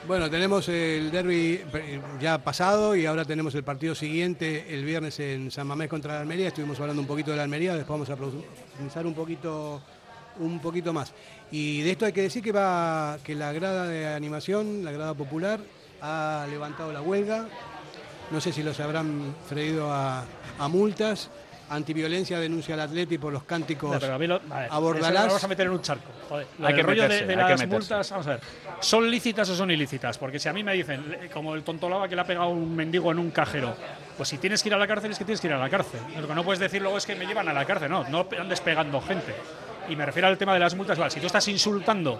Bueno, tenemos el derby eh, ya pasado y ahora tenemos el partido siguiente el viernes en San Mamés contra la Almería. Estuvimos hablando un poquito de la Almería, después vamos a profundizar un poquito, un poquito más. Y de esto hay que decir que, va, que la grada de animación, la grada popular, ha levantado la huelga. No sé si los habrán freído a, a multas. Antiviolencia denuncia al Atleti por los cánticos
No, pero a mí lo- a ver,
a
eso
Bordalás.
lo vamos a meter en un charco. Joder, lo
Hay
del
que
rollo de-
meterse,
de,
hay que
las
meterse.
multas, vamos a ver, ¿son lícitas o son ilícitas? Porque si a mí me dicen, le- como el tontolaba que le ha pegado un mendigo en un cajero, pues si tienes que ir a la cárcel es que tienes que ir a la cárcel. Lo que no puedes decir luego es que me llevan a la cárcel, no, no andes pegando gente. Y me refiero al tema de las multas, vale, si tú estás insultando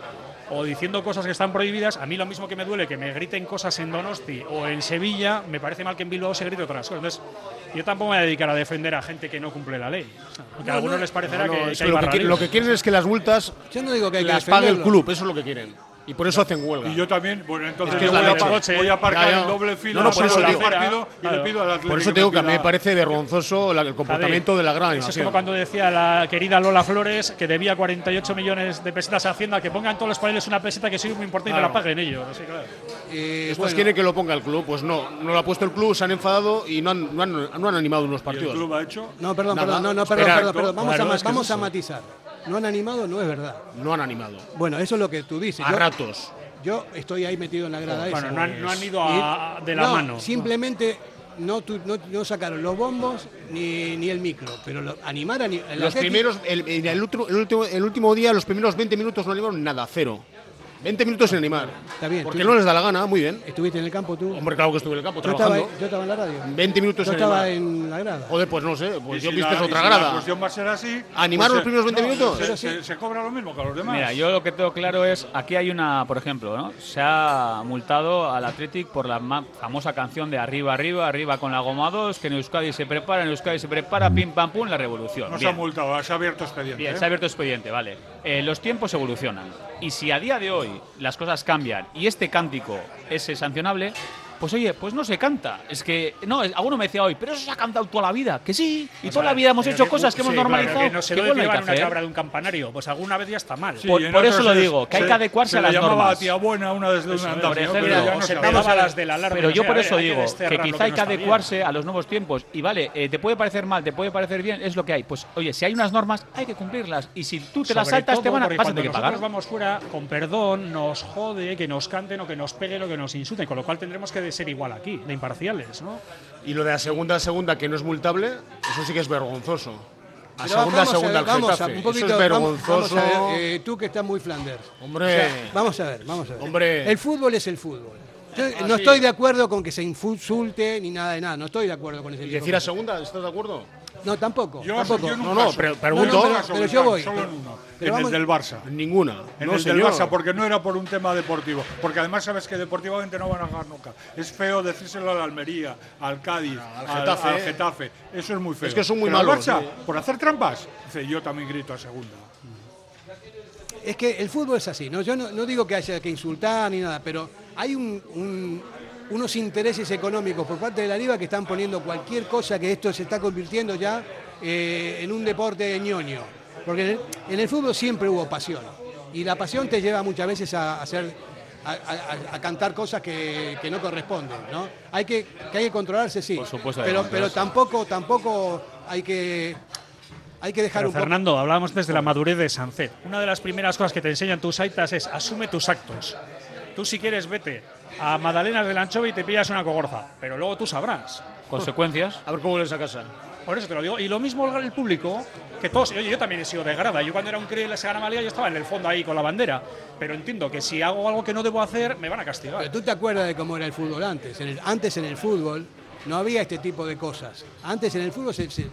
o diciendo cosas que están prohibidas, a mí lo mismo que me duele que me griten cosas en Donosti o en Sevilla, me parece mal que en Bilbao se grite otras cosas. Entonces, yo tampoco me voy a dedicar a defender a gente que no cumple la ley. Porque a
No,
algunos
no.
les parecerá
No, no,
que- que,
es
hay
lo, que,
barrabillas.
quieren- lo que quieren es que las multas
Yo no digo que hay que
las pague el
defenderlo.
club, eso es lo que quieren. Y por eso hacen huelga.
Y yo también, bueno, entonces
Es que
yo
es la
voy,
leche.
a, voy a aparcar
Ya, ya.
en doble fila,
No, no, por
voy
eso
a
digo.
la partido y
Claro.
le pido al Atlético
Por eso tengo que a
me
mí me
pida-
parece vergonzoso la- el comportamiento
Javi,
de la gran
Eso es
nación.
como cuando decía la querida Lola Flores que debía 48 millones de pesetas a Hacienda, que pongan todos los paneles una peseta que sí muy importante y me la
Claro.
paguen ellos. Sí, claro.
Estas
bueno.
Eh, pues quieren que lo ponga el club, pues no, no lo ha puesto el club, se han enfadado y no han, no han, no han animado unos partidos.
club ha hecho?
No, perdón,
Nada.
perdón, no, no, perdón,
Esperar.
perdón, perdón. Vamos,
Claro,
a, ma-
es que es
vamos a
eso.
matizar. No han animado, no es verdad.
No han animado.
Bueno, eso es lo que tú dices.
A
Yo-
ratos.
Yo estoy ahí metido en la grada
Bueno,
esa.
no han- no han ido a-
Y-
a- de la
no,
mano.
Simplemente no, tu- no, no sacaron los bombos ni, ni el micro, pero lo- animar a ni- el
Los
Atleti-
primeros, el, en el, último, el, último, el último día, los primeros 20 minutos no animaron nada, cero. 20 minutos sin animar.
Está bien.
Porque
tú-
no les da la gana, muy bien.
¿Estuviste en el campo tú?
Hombre, claro que estuve en el campo
yo, estaba,
trabajando.
yo estaba en la radio.
20 minutos
Yo
sin
estaba
animar.
en la grada.
Joder, pues no sé, pues
Y
yo
si
viste
la- y
otra
si
grada.
La cuestión va a ser así.
¿Animaron
pues
los primeros 20
no,
minutos?
Se,
Pero
se- se cobra lo mismo que a los demás.
Mira, yo lo que tengo claro es, aquí hay una, por ejemplo, ¿no? se ha multado al Athletic por la ma- famosa canción de arriba, arriba, arriba con la goma 2, que en Euskadi se prepara, en Euskadi se prepara, pim, pam, pum, la revolución.
no se
Bien.
ha multado, se ha abierto expediente.
Bien,
¿eh?
se ha abierto expediente, vale. Eh, los tiempos evolucionan. Y si a día de hoy las cosas cambian y este cántico es eh, sancionable, pues oye, pues no se canta. Es que, no, es- alguno me decía hoy, pero eso se ha cantado toda la vida, que sí, y toda la vida hemos
Pero
hecho
que-
cosas que
sí,
hemos
claro,
normalizado.
que no se
que
debe
igual no hay
llevar
que
una
hacer.
cabra de un campanario, pues alguna vez ya está mal.
Sí, Por- y en por otros eso lo se- digo, que hay se- que adecuarse se a le las llamaba normas. a
tía
buena, una desde
una
Por ejemplo,
se
pero-
pegaba las de la alarma,
Pero
no
yo
sé,
por
a ver,
eso
hay
digo que
desterrar lo
quizá hay
no
este que
está bien.
adecuarse a los nuevos tiempos. Y vale, eh, te puede parecer mal, te puede parecer bien, es lo que hay. Pues oye, si hay unas normas, hay que cumplirlas. Y si tú te las
Sobre
saltas, te
todo
van a,
porque
vas a
cuando
tener que pagar.
nosotros vamos fuera, con perdón, nos jode que nos canten o que nos peguen o que nos insulten, con lo cual tendremos que ser igual aquí, de imparciales, ¿no?
Y lo de la segunda a segunda que no es multable, eso sí que es vergonzoso. A
Pero
segunda a
vamos
segunda
ver,
al
vamos a-
Getafe.
un poquito,
eso es
vamos-
vergonzoso.
vamos a ver, eh, tú que estás muy Flanders.
Hombre.
O sea, vamos a ver, vamos a ver.
Hombre. Ah,
El fútbol es el fútbol. Yo eh,
Así
no estoy
es.
de acuerdo con que se insulte ni nada de nada. No estoy de acuerdo con ese
¿Y
tipo de
decir a
cosas.
segunda? ¿Estás de acuerdo?
No, tampoco.
Yo-
tampoco.
yo en un No, no, caso. pre- pregunto.
No, no, pero-
Caso,
pero yo
Gonzalo,
voy.
solo en
Pero-
uno.
pero
En el
vamos-
del Barça.
Ninguna.
En
no,
el del
señor.
Barça, porque no era por un tema deportivo. Porque además sabes que deportivamente no van a ganar nunca. Es feo decírselo al Almería, al Cádiz, al, al
Getafe.
Getafe. Eso es muy feo.
Es que son muy
Pero al
malos,
Barça,
eh.
sí.
por hacer trampas, dice, yo también grito a segunda.
Es que el fútbol es así, ¿no? Yo no, no digo que haya que insultar ni nada, pero hay un- un- unos intereses económicos por parte de la liga que están poniendo cualquier cosa que esto se está convirtiendo ya eh, en un deporte de ñoño. Porque en el, en el fútbol siempre hubo pasión. Y la pasión te lleva muchas veces a, hacer, a, a- a cantar cosas que, que no corresponden, ¿no? Hay que, que hay que controlarse, sí.
supuesto, hay que
pero, pero
controlarse.
tampoco, tampoco hay que, hay que dejar
Pero,
un poco.
Fernando, hablábamos desde la madurez de Sancet. Una de las primeras cosas que te enseñan tus aitas es asume tus actos. Tú si quieres vete a Madalenas del Anchove y te pillas una cogorza, pero luego tú sabrás.
Consecuencias.
A ver cómo vuelves a casa.
Por eso te lo digo. Y lo mismo el público, que todos. Oye, yo también he sido de grada. Yo cuando era un crío y la Segana Malia, yo estaba en el fondo ahí con la bandera. Pero entiendo que si hago algo que no debo hacer, me van a castigar.
Pero tú te acuerdas de cómo era el fútbol antes. En el- antes en el fútbol no había este tipo de cosas. Antes en el fútbol se, se-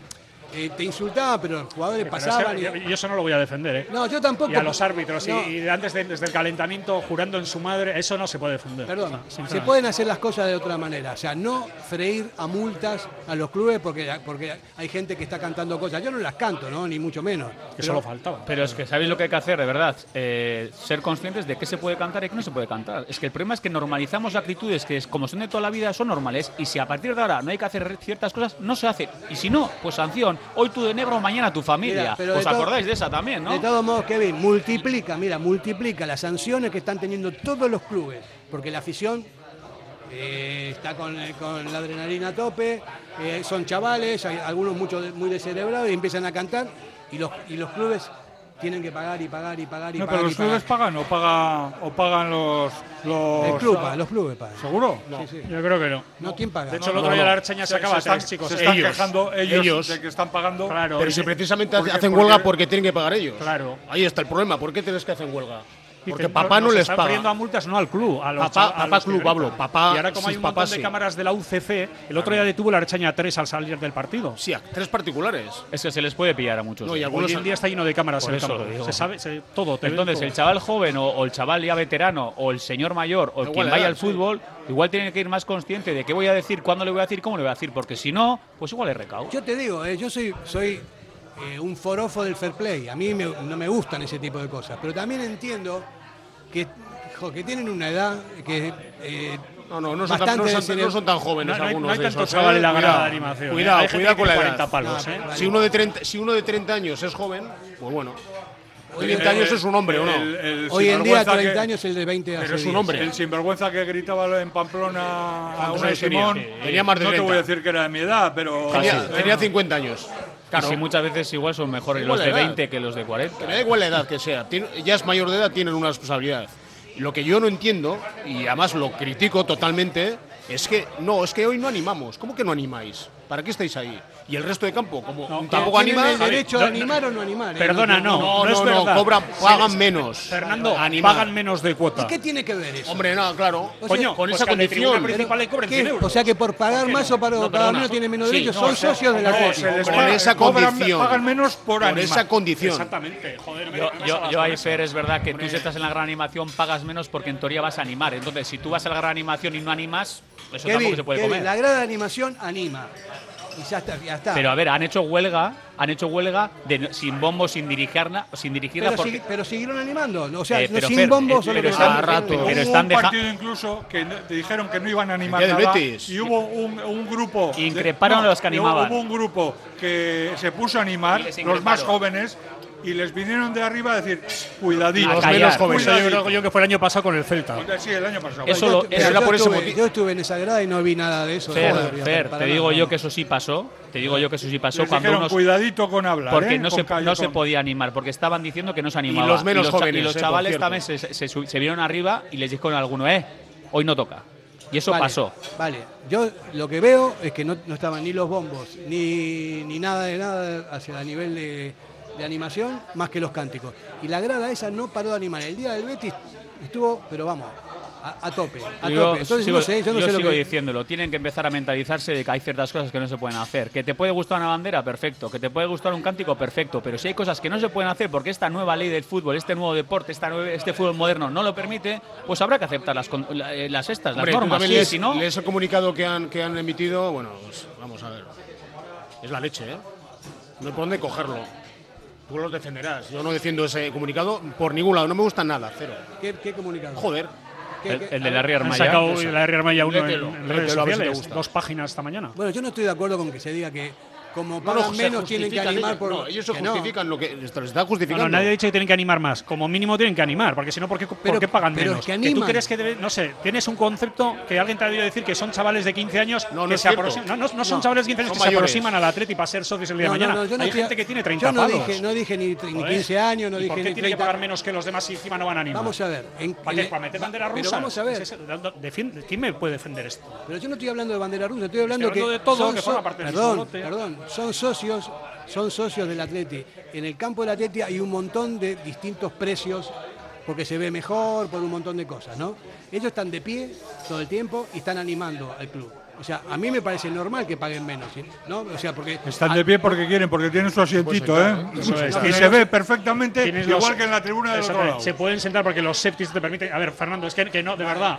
eh, te insultaban, pero los jugadores
Pero es que
pasaban. y-
yo, yo eso no lo voy a defender, ¿eh?
no, yo tampoco.
Y a los árbitros, y-
No,
y, antes de- desde el calentamiento, jurando en su madre, eso no se puede defender.
Perdona,
Sí,
se
sinceramente.
pueden hacer las cosas de otra manera. O sea, no freír a multas a los clubes porque, porque hay gente que está cantando cosas. Yo no las canto, ¿no? Ni mucho menos.
Que solo faltaba.
Pero es que sabéis lo que hay que hacer, de verdad. Eh, ser conscientes de qué se puede cantar y qué no se puede cantar. Es que el problema es que normalizamos actitudes que, es- como son de toda la vida, son normales. Y si a partir de ahora no hay que hacer ciertas cosas, no se hace. Y si no, pues sanción. Hoy tú de negro, mañana tu familia.
Mira, pero
¿Os
de to-
acordáis de esa también,
De
no?
todos modos, Kevin, multiplica, mira, multiplica las sanciones que están teniendo todos los clubes, porque la afición eh, está con, eh, con la adrenalina a tope, eh, son chavales, hay algunos muchos de- muy descerebrados y empiezan a cantar, y los, y los clubes tienen que pagar y pagar y pagar y
No,
pagar.
pero los
y pagar.
clubes pagan o, paga, o pagan los. los
El club paga, los clubes pagan.
¿Seguro?
Sí, sí.
Yo creo que no.
No, ¿quién paga?
De hecho, el otro día la Archeña
Se-
sacaba
se están-
tres, chicos.
Se están
Ellos.
quejando ellos,
Ellos.
de que están pagando.
Claro.
Pero si precisamente
Porque-
hacen
porque-
huelga porque tienen que pagar ellos.
Claro.
Ahí está el problema. ¿Por qué tienes que hacer huelga? Porque
Dicen,
papá no,
nos
les
están
paga.
poniendo a multas no al club, a los,
Papá-
a
papá
los que
club,
gritan.
Pablo, papá,
Y ahora como hay
sus
un montón
papás
de
sí.
cámaras de la UCC, el otro día detuvo la Archaña 3 al salir del partido.
Sí, tres particulares.
Es que se les puede pillar a muchos. ¿eh?
No, y algunos- Hoy en día está lleno de cámaras
Por
el
eso
campo.
lo digo.
Se sabe se- todo. te ven
Entonces,
todo.
el chaval joven o, o el chaval ya veterano o el señor mayor o
Da
quien
igual la
vaya
edad,
al
sí.
fútbol, igual tiene que ir más consciente de qué voy a decir, cuándo le voy a decir, cómo le voy a decir, porque si no, pues igual es recao.
Yo te digo, eh, yo soy, soy eh, un forofo del fair play. A mí me- no me gustan ese tipo de cosas. Pero también entiendo que, jo, que tienen una edad que. eh,
No, no, no son tan-
bastante
no son-
desene-
no son tan jóvenes
No hay- no
algunos
hay
de esos,
tantos
¿eh?
chavales en la grada
Cuidado,
de animación, ¿eh?
Cuidado,
Hay gente
cuidado
que
con la
tiene
edad.
40 palmos, ¿eh?
Si uno de 30, si uno de 30 años es joven, pues bueno. 30 años es un hombre, ¿o no?
Hoy en día,
sinvergüenza
30
que-
años el de 20 hace
Pero es un
10.
hombre. El sinvergüenza que gritaba en Pamplona a
¿Cuántos
una de
años tenía?
Simón.
Sí, tenía más de
No te
30.
voy a decir que era de mi edad, pero.
Tenía,
Bueno.
tenía 50 años. Claro.
Y si muchas veces igual son mejores
Igual
los de
la edad.
20 que los de 40.
Que me da igual la edad que sea, tiene- ya es mayor de edad, tienen una responsabilidad. Lo que yo no entiendo, y además lo critico totalmente, es que no, es que hoy no animamos. ¿Cómo que no animáis? ¿Para qué estáis ahí? Y el resto de campo, como tampoco
¿Tienen
anima.
el derecho a animar o no animar. eh?
Perdona, no.
No, no,
es
no,
verdad.
cobran-
Sí,
pagan
sí,
menos.
Fernando,
Animar.
pagan menos de
¿Y
cuota.
qué tiene que ver eso?
Hombre, no, claro.
O sea,
Coño,
con
pues
esa
que al de tribuna
condición. ¿eh?
principal le cobran
¿Qué?
100 euros.
O sea que por pagar más o para
No,
pagar
perdona.
menos tienen menos
Sí,
derechos.
no,
son
o sea,
socios de la
no,
Atlético.
se les Con paga- esa
Cobran-
condición.
Pagan menos por
Por
animar.
esa condición.
Exactamente, joder. me-
Yo,
me
yo,
salvas
yo
con
ahí,
eso.
¿eh?
Fer, es verdad que tú si estás en la gran animación pagas menos porque en teoría vas a animar. Entonces, si tú vas a la gran animación y no animas, eso
Kevin,
tampoco se puede
Kevin,
comer.
La grada de animación anima. Y ya está. Ya está.
Pero a ver, han hecho huelga, han hecho huelga de no- sin bombo, sin dirigirla, sin dirigirla
Pero,
porque
sigui- pero siguieron animando. O sea,
Eh, pero
sin
Fer,
bombos
eh,
solo que-
pero están- pero
Hubo
están
un
deja-
partido incluso que no- te dijeron que no iban a animar
El día del
nada
Betis.
y hubo un, un grupo de-
Increparon a los que animaban.
hubo un grupo que se puso a animar
Y les
los más
increparon.
jóvenes y les vinieron de arriba a decir cuidadito
A
los
callar.
menos
Eso yo
jóvenes
creo yo que fue el año pasado con el Celta.
sí el año pasado
Eso
yo,
lo-
pero
eso-
yo
por ese
estuve,
motivo.
yo estuve en esa grada y no vi nada de eso.
Fer,
Joder,
Fer,
para nada,
te digo yo
no.
que eso sí pasó. Te digo yo que eso sí pasó
les
cuando
dijeron
unos
cuidadito con hablar
porque
¿eh?
no,
Con
se,
calle-
no se
con-
podía animar, porque estaban diciendo que no se animaba.
los menos
y cha-
jóvenes,
y los
eh, por
chavales
cierto.
también se, se, su- se vieron arriba y les dijeron a alguno, eh, hoy no toca. Y eso
Vale,
pasó.
Vale, yo lo que veo es que no, no estaban ni los bombos, ni, ni nada de nada hacia el nivel de, de animación, más que los cánticos. Y la grada esa no paró de animar. El día del Betis estuvo, pero vamos, a, a tope, a
Yo
tope. Entonces
sigo,
no sé, yo no
yo
sé lo
sigo
que.
diciéndolo. Tienen que empezar a mentalizarse de que hay ciertas cosas que no se pueden hacer. Que te puede gustar una bandera, perfecto. Que te puede gustar un cántico, perfecto. Pero si hay cosas que no se pueden hacer porque esta nueva ley del fútbol, este nuevo deporte, esta nue- este fútbol moderno no lo permite, pues habrá que aceptar las, con- la- eh, las estas, las
Hombre, tú
normas.
también
Sí,
lees,
si no,
lees el comunicado que han, que han emitido, bueno, pues, vamos a ver. Es la leche, ¿eh? No hay por dónde cogerlo. Tú los defenderás. Yo no defiendo ese comunicado por ningún lado. No me gusta nada, cero.
¿Qué, qué comunicado?
Joder.
¿Qué-
el,
qué-
el de la Rier
Han
Maya.
sacado hoy la R Armaya 1 en,
Léetelo,
en
léetelo,
redes
a ver si te
sociales.
gusta.
Dos páginas esta mañana.
Bueno, yo no estoy de acuerdo con que se diga que como
No,
pagan
no, se
menos tienen que
justifican
animar
ellos.
por.
No, ellos se
que
justifican lo que se les está
No,
justificando.
no, nadie ha dicho que tienen que animar más. Como mínimo tienen que animar, porque si no, ¿por qué, por
Pero-
qué pagan
pero
menos?
es que
tú
animan.
crees que debe- no sé, tienes un concepto que alguien te ha debido decir que son chavales de 15 años
No, no
que
es
se
cierto.
aproximan. No, no, no son
No,
chavales de 15 años
son
que
mayores.
se aproximan al Atleti para ser socios el día
No,
de
no,
mañana.
no, yo no
Hay
estoy-
gente que tiene
yo
30
no
palos.
dije, no dije ni, ni
Joder.
15 años, no
¿Y
dije
¿Por qué
ni
tiene que
30.
pagar menos que los demás si encima no van a animar?
Vamos a ver. en-
¿Para qué?
en- e-
¿Para meter bandera
Pero
rusa?
vamos a ver.
Es eso, da- da- defiende- ¿Quién me puede defender esto?
Pero yo no estoy hablando de bandera rusa, estoy hablando,
hablando
que
de todo,
son
que
so-
forma parte del
perdón,
mismo lote.
perdón, son socios, son socios del Atleti. En el campo del Atleti hay un montón de distintos precios porque se ve mejor, por un montón de cosas, ¿no? Ellos están de pie todo el tiempo y están animando al club. O sea, a mí me parece normal que paguen menos, ¿sí? ¿no? O sea, porque
están de pie porque quieren porque tienen su asientito
Pues
eh
está,
Eso es.
y
Tienes
se ve
los-
perfectamente
tienes
igual
los-
que en la tribuna del otro
Exactamente.
lado
Se pueden sentar porque los septis te permiten. A ver, Fernando, es que, que no, de verdad.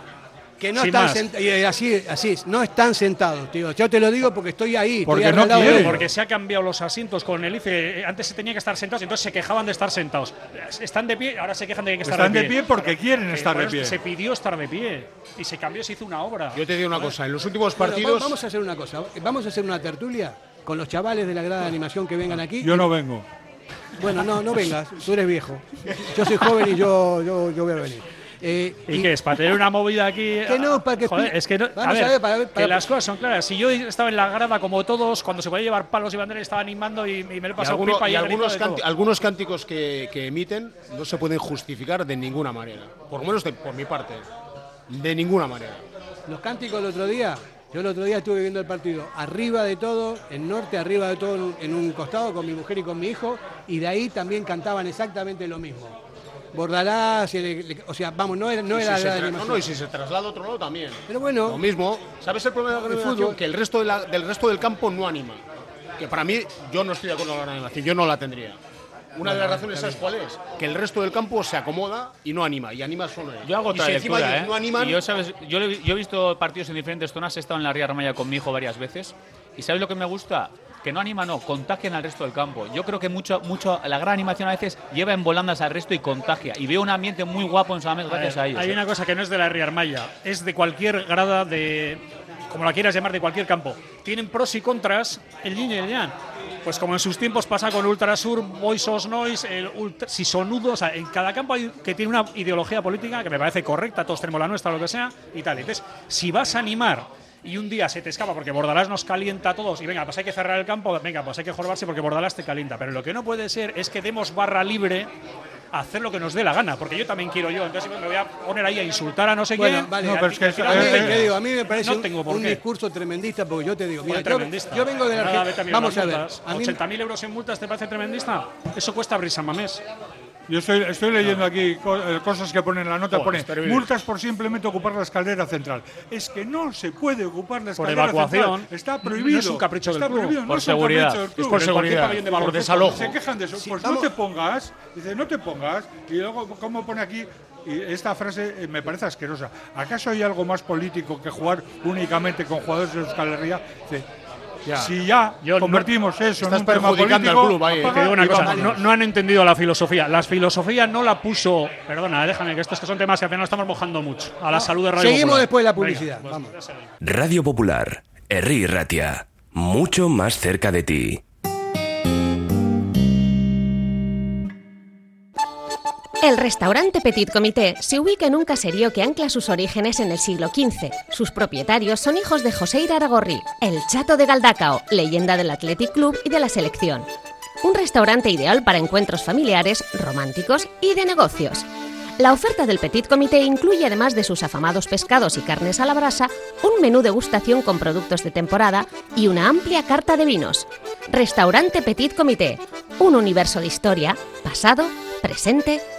que no
Sin
están
más.
sentados, así, así, es, no están sentados, tío. Yo te lo digo porque estoy ahí,
Porque
estoy
no
al lado de
quieren.
ellos.
Porque se han cambiado los asientos con el ICE. Eh, Antes se tenía que estar sentados, entonces se quejaban de estar sentados. Eh, Están de pie, ahora se quejan de que hay que estar
están
de
de
pie.
pie porque quieren
Eh,
estar
por
de
eso
pie
Se pidió estar de pie. Y se cambió, se hizo una obra.
Yo te digo una cosa. En los últimos
Bueno, va-
partidos.
vamos a hacer una cosa, vamos a hacer una tertulia con los chavales de la grada de animación que vengan aquí.
yo no vengo
Bueno, no, no vengas, tú eres viejo. Yo soy joven y yo, yo, yo voy a venir. Eh,
¿Y, qué es? ¿Para tener una movida aquí?
Que no, para que
Joder,
explique-
es que no.
Vamos
a ver,
a ver, para ver, para-
que las cosas son claras. Si yo estaba en la grada como todos, cuando se podía llevar palos y banderas, estaba animando y, y me lo he
Y,
pasado
alguno-
pipa y,
y
he gritado
algunos,
de todo.
cánti- algunos cánticos que, que emiten no se pueden justificar de ninguna manera. Por lo menos de- por mi parte. De ninguna manera.
Los cánticos del otro día, yo el otro día estuve viendo el partido arriba de todo, en norte, arriba de todo, en un- en un costado con mi mujer y con mi hijo, y de ahí también cantaban exactamente lo mismo. Bordalás, y le- le- o sea, vamos, no era, no
Y si
era
se
la
tra- no,
animación.
no, y si se traslada a otro lado también.
Pero bueno.
Lo mismo. ¿Sabes el problema de la
El
animación?
fútbol.
Que el resto, de la- del resto del campo no anima. Que para mí, yo no estoy de acuerdo con la animación, yo no la tendría. Una de las razones, ¿sabes cuál es? Que el resto del campo se acomoda y no anima, y anima solo él.
Yo hago
Y
otra
si encima
lectura,
ellos
¿eh?
no animan,
Y yo, ¿sabes? Yo, le- yo he visto partidos en diferentes zonas, he estado en la Ría Ramaya con mi hijo varias veces. ¿Y sabes lo que me gusta? Que no anima, no, contagian al resto del campo. Yo creo que mucho, mucho, la gran animación a veces lleva en volandas al resto y contagia. Y veo un ambiente muy guapo en Samamés
A ver,
gracias a, ellos.
Hay
¿eh?
una cosa que no es de la Riarmaya, es de cualquier grada de. como la quieras llamar, de cualquier campo. Tienen pros y contras el yin y el yang. Pues como en sus tiempos pasa con Ultrasur, Moisos Noise, el ultra, si sonudo, o sea, en cada campo hay que tiene una ideología política que me parece correcta, todos tenemos la nuestra, lo que sea, y tal. Entonces, si vas a animar y un día se te escapa porque Bordalás nos calienta a todos y venga, pues hay que cerrar el campo, venga, pues hay que jorbarse porque Bordalás te calienta. Pero lo que no puede ser es que demos barra libre a hacer lo que nos dé la gana, porque yo también quiero yo, entonces me voy a poner ahí a insultar a no sé
Bueno,
quién.
vale.
y a ti- y al
a,
final
mí,
venga.
te digo, a mí me parece
no
un-
tengo
un,
por qué.
discurso tremendista, porque yo te digo,
Bueno,
mira, yo,
tremendista.
yo vengo de la
Ahora vete
Argentina.
mirar
Vamos
las
a ver,
multas.
a mí
80.000 euros en multas, ¿te parece tremendista? Eso cuesta brisa mamés.
Yo estoy, estoy leyendo aquí co- eh, cosas que ponen en la nota.
Joder, es
pone
terrible.
multas por simplemente ocupar la escalera central. Es que no se puede ocupar la
Por
escalera
evacuación.
central. Está
No
prohibido.
es un capricho del
está
club.
prohibido, no
Por
es un
seguridad.
capricho del
Es
club.
por
En
seguridad.
cualquier pabellón de
Por
baloncesto
desalojo.
Se quejan de eso. pues no te pongas. Dice, no te pongas. Y luego, ¿cómo pone aquí? Y esta frase eh, me parece asquerosa. ¿Acaso hay algo más político que jugar únicamente con jugadores de Euskal Herria? Dice,
Ya.
Si ya
Yo no-
convertimos eso en
Estás
un tema
perjudicando
político,
al club ahí, eh.
apaga
Te digo una
y
cosa,
vámonos.
no, no han entendido la filosofía. La filosofía no la puso. Perdona, eh, déjame que estos que son temas que al final estamos mojando mucho. A la salud de Radio
Ah. Seguimos
Popular.
después de la
Venga,
publicidad.
pues,
vamos.
Radio Popular, Herri Ratia, mucho más cerca de ti.
El restaurante Petit Comité se ubica en un caserío que ancla sus orígenes en el siglo XV. Sus propietarios son hijos de José Iraragorri, el chato de Galdacao, leyenda del Athletic Club y de la selección. Un restaurante ideal para encuentros familiares, románticos y de negocios. La oferta del Petit Comité incluye, además de sus afamados pescados y carnes a la brasa, un menú degustación con productos de temporada y una amplia carta de vinos. Restaurante Petit Comité, un universo de historia, pasado, presente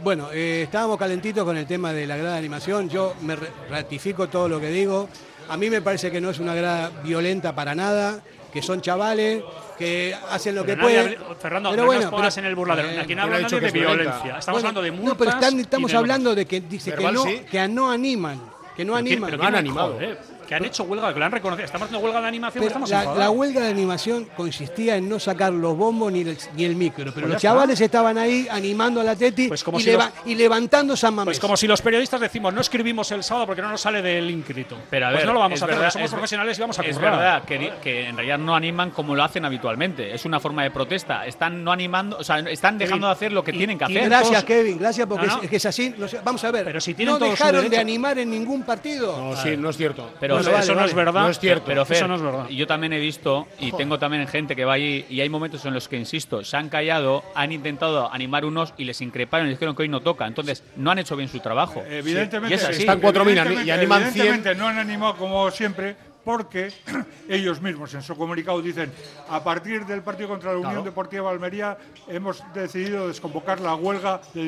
Bueno, eh, estábamos calentitos con el tema de la grada de animación. Yo me re- ratifico todo lo que digo. A mí me parece que no es una grada violenta para nada, que son chavales, que hacen lo
Pero
que
nadie
pueden.
habl- Fernando, no nos pongas en el burladero. Aquí no
¿quién
habla nadie de violencia. Estamos hablando de
eh, No, pero
multas
están-
y
estamos
de-
hablando de que dice que
Verbal,
no,
sí.
que no animan. Que no
Pero que-
animan.
pero que joder, que han hecho huelga, que lo han reconocido. Estamos haciendo huelga de animación,
Pero
estamos
la,
enfadados.
la huelga de animación consistía en no sacar los bombos ni el, ni el micro, pero
Pues ya
los
está. Pues
chavales estaban ahí animando a la Teti
como
y,
si
leva-
los-
y levantando San Mamés.
Pues como si los periodistas decimos, no escribimos el sábado porque no nos sale del íncrito.
Pero a
pues
ver,
no lo vamos
es
a hacer,
verdad-
somos
es-
profesionales y vamos a
Es
currar.
verdad que, ni- que en realidad no animan como lo hacen habitualmente. Es una forma de protesta. Están no animando, o sea, están dejando de hacer lo que tienen que hacer.
Gracias, Kevin, gracias, porque
No, no.
es, es que es así. no sé, vamos a ver, pero si
tienen
no
todo su
dejaron de
derecho.
animar en ningún partido.
No, sí, no es cierto.
Pero
Bueno,
Fer,
vale, vale. No es cierto.
Pero Fer,
Eso no es verdad.
yo también he visto y
Joder.
tengo también gente que va allí y hay momentos en los que, insisto, se han callado, han intentado animar unos y les increparon y les dijeron que hoy no toca. Entonces, no han hecho bien su trabajo.
Eh, Evidentemente,
Y es así.
evidentemente- evidentemente no han animado como siempre porque [clears throat] ellos mismos en su comunicado dicen a partir del partido contra la Unión
Claro.
Deportiva Almería hemos decidido desconvocar la huelga de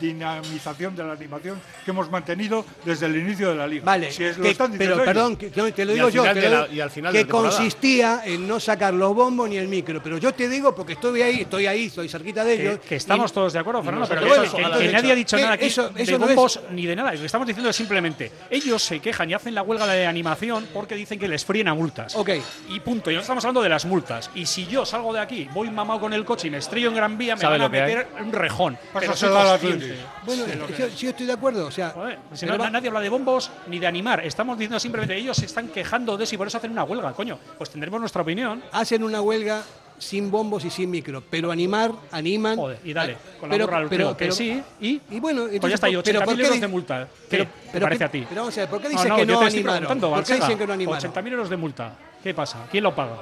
din- dinamización de la animación que hemos mantenido desde el inicio de la liga.
Vale,
Si es- lo
que-
están diciendo
pero
ellos.
perdón, que- que te lo digo yo, te lo digo, que consistía en no sacar los bombos ni el micro. Pero yo te digo, porque estoy ahí, estoy ahí, estoy cerquita de ellos.
Que, que estamos
Eh, y-
todos de acuerdo,
y
Fernando,
nosotros
pero que,
eso,
que-
a
que
los
nadie
hechos.
ha dicho
Que
nada aquí
Eso,
de
eso no es-
bombos ni de nada. Lo que estamos diciendo es simplemente, ellos se quejan y hacen la huelga de animación porque dicen que les fríen a multas.
Ok.
Y punto. Y no estamos hablando de las multas. Y si yo salgo de aquí, voy mamado con el coche y me estrello en Gran Vía, me
¿Sabe
van a
lo que hay?
meter un rejón. Pero soy
Pásaselo al
consciente
Atlético.
Bueno,
de lo que-
yo, yo estoy de acuerdo, o sea,
Si no,
pero va-
nadie habla de bombos ni de animar. Estamos diciendo simplemente ellos se están quejando de eso y por eso hacen una huelga, coño. Pues tendremos nuestra opinión.
hacen una huelga sin bombos y sin micro, pero animar, animan. eh,
Joder, y dale, con la
Pero-
burra al
pero-
trigo, que
pero-
sí, y,
bueno,
pues ya está, y
entonces, pero ¿por
80.000
qué
euros
di-
de multa.
pero-
¿Qué te
pero
parece
qué-
a ti?
pero vamos a ver, ¿por qué dicen que
yo
no
te estoy
animaron?
preguntando,
¿Por qué
Balsera,
dicen que no animaron?
80.000 euros de multa. ¿Qué pasa? ¿Quién lo paga?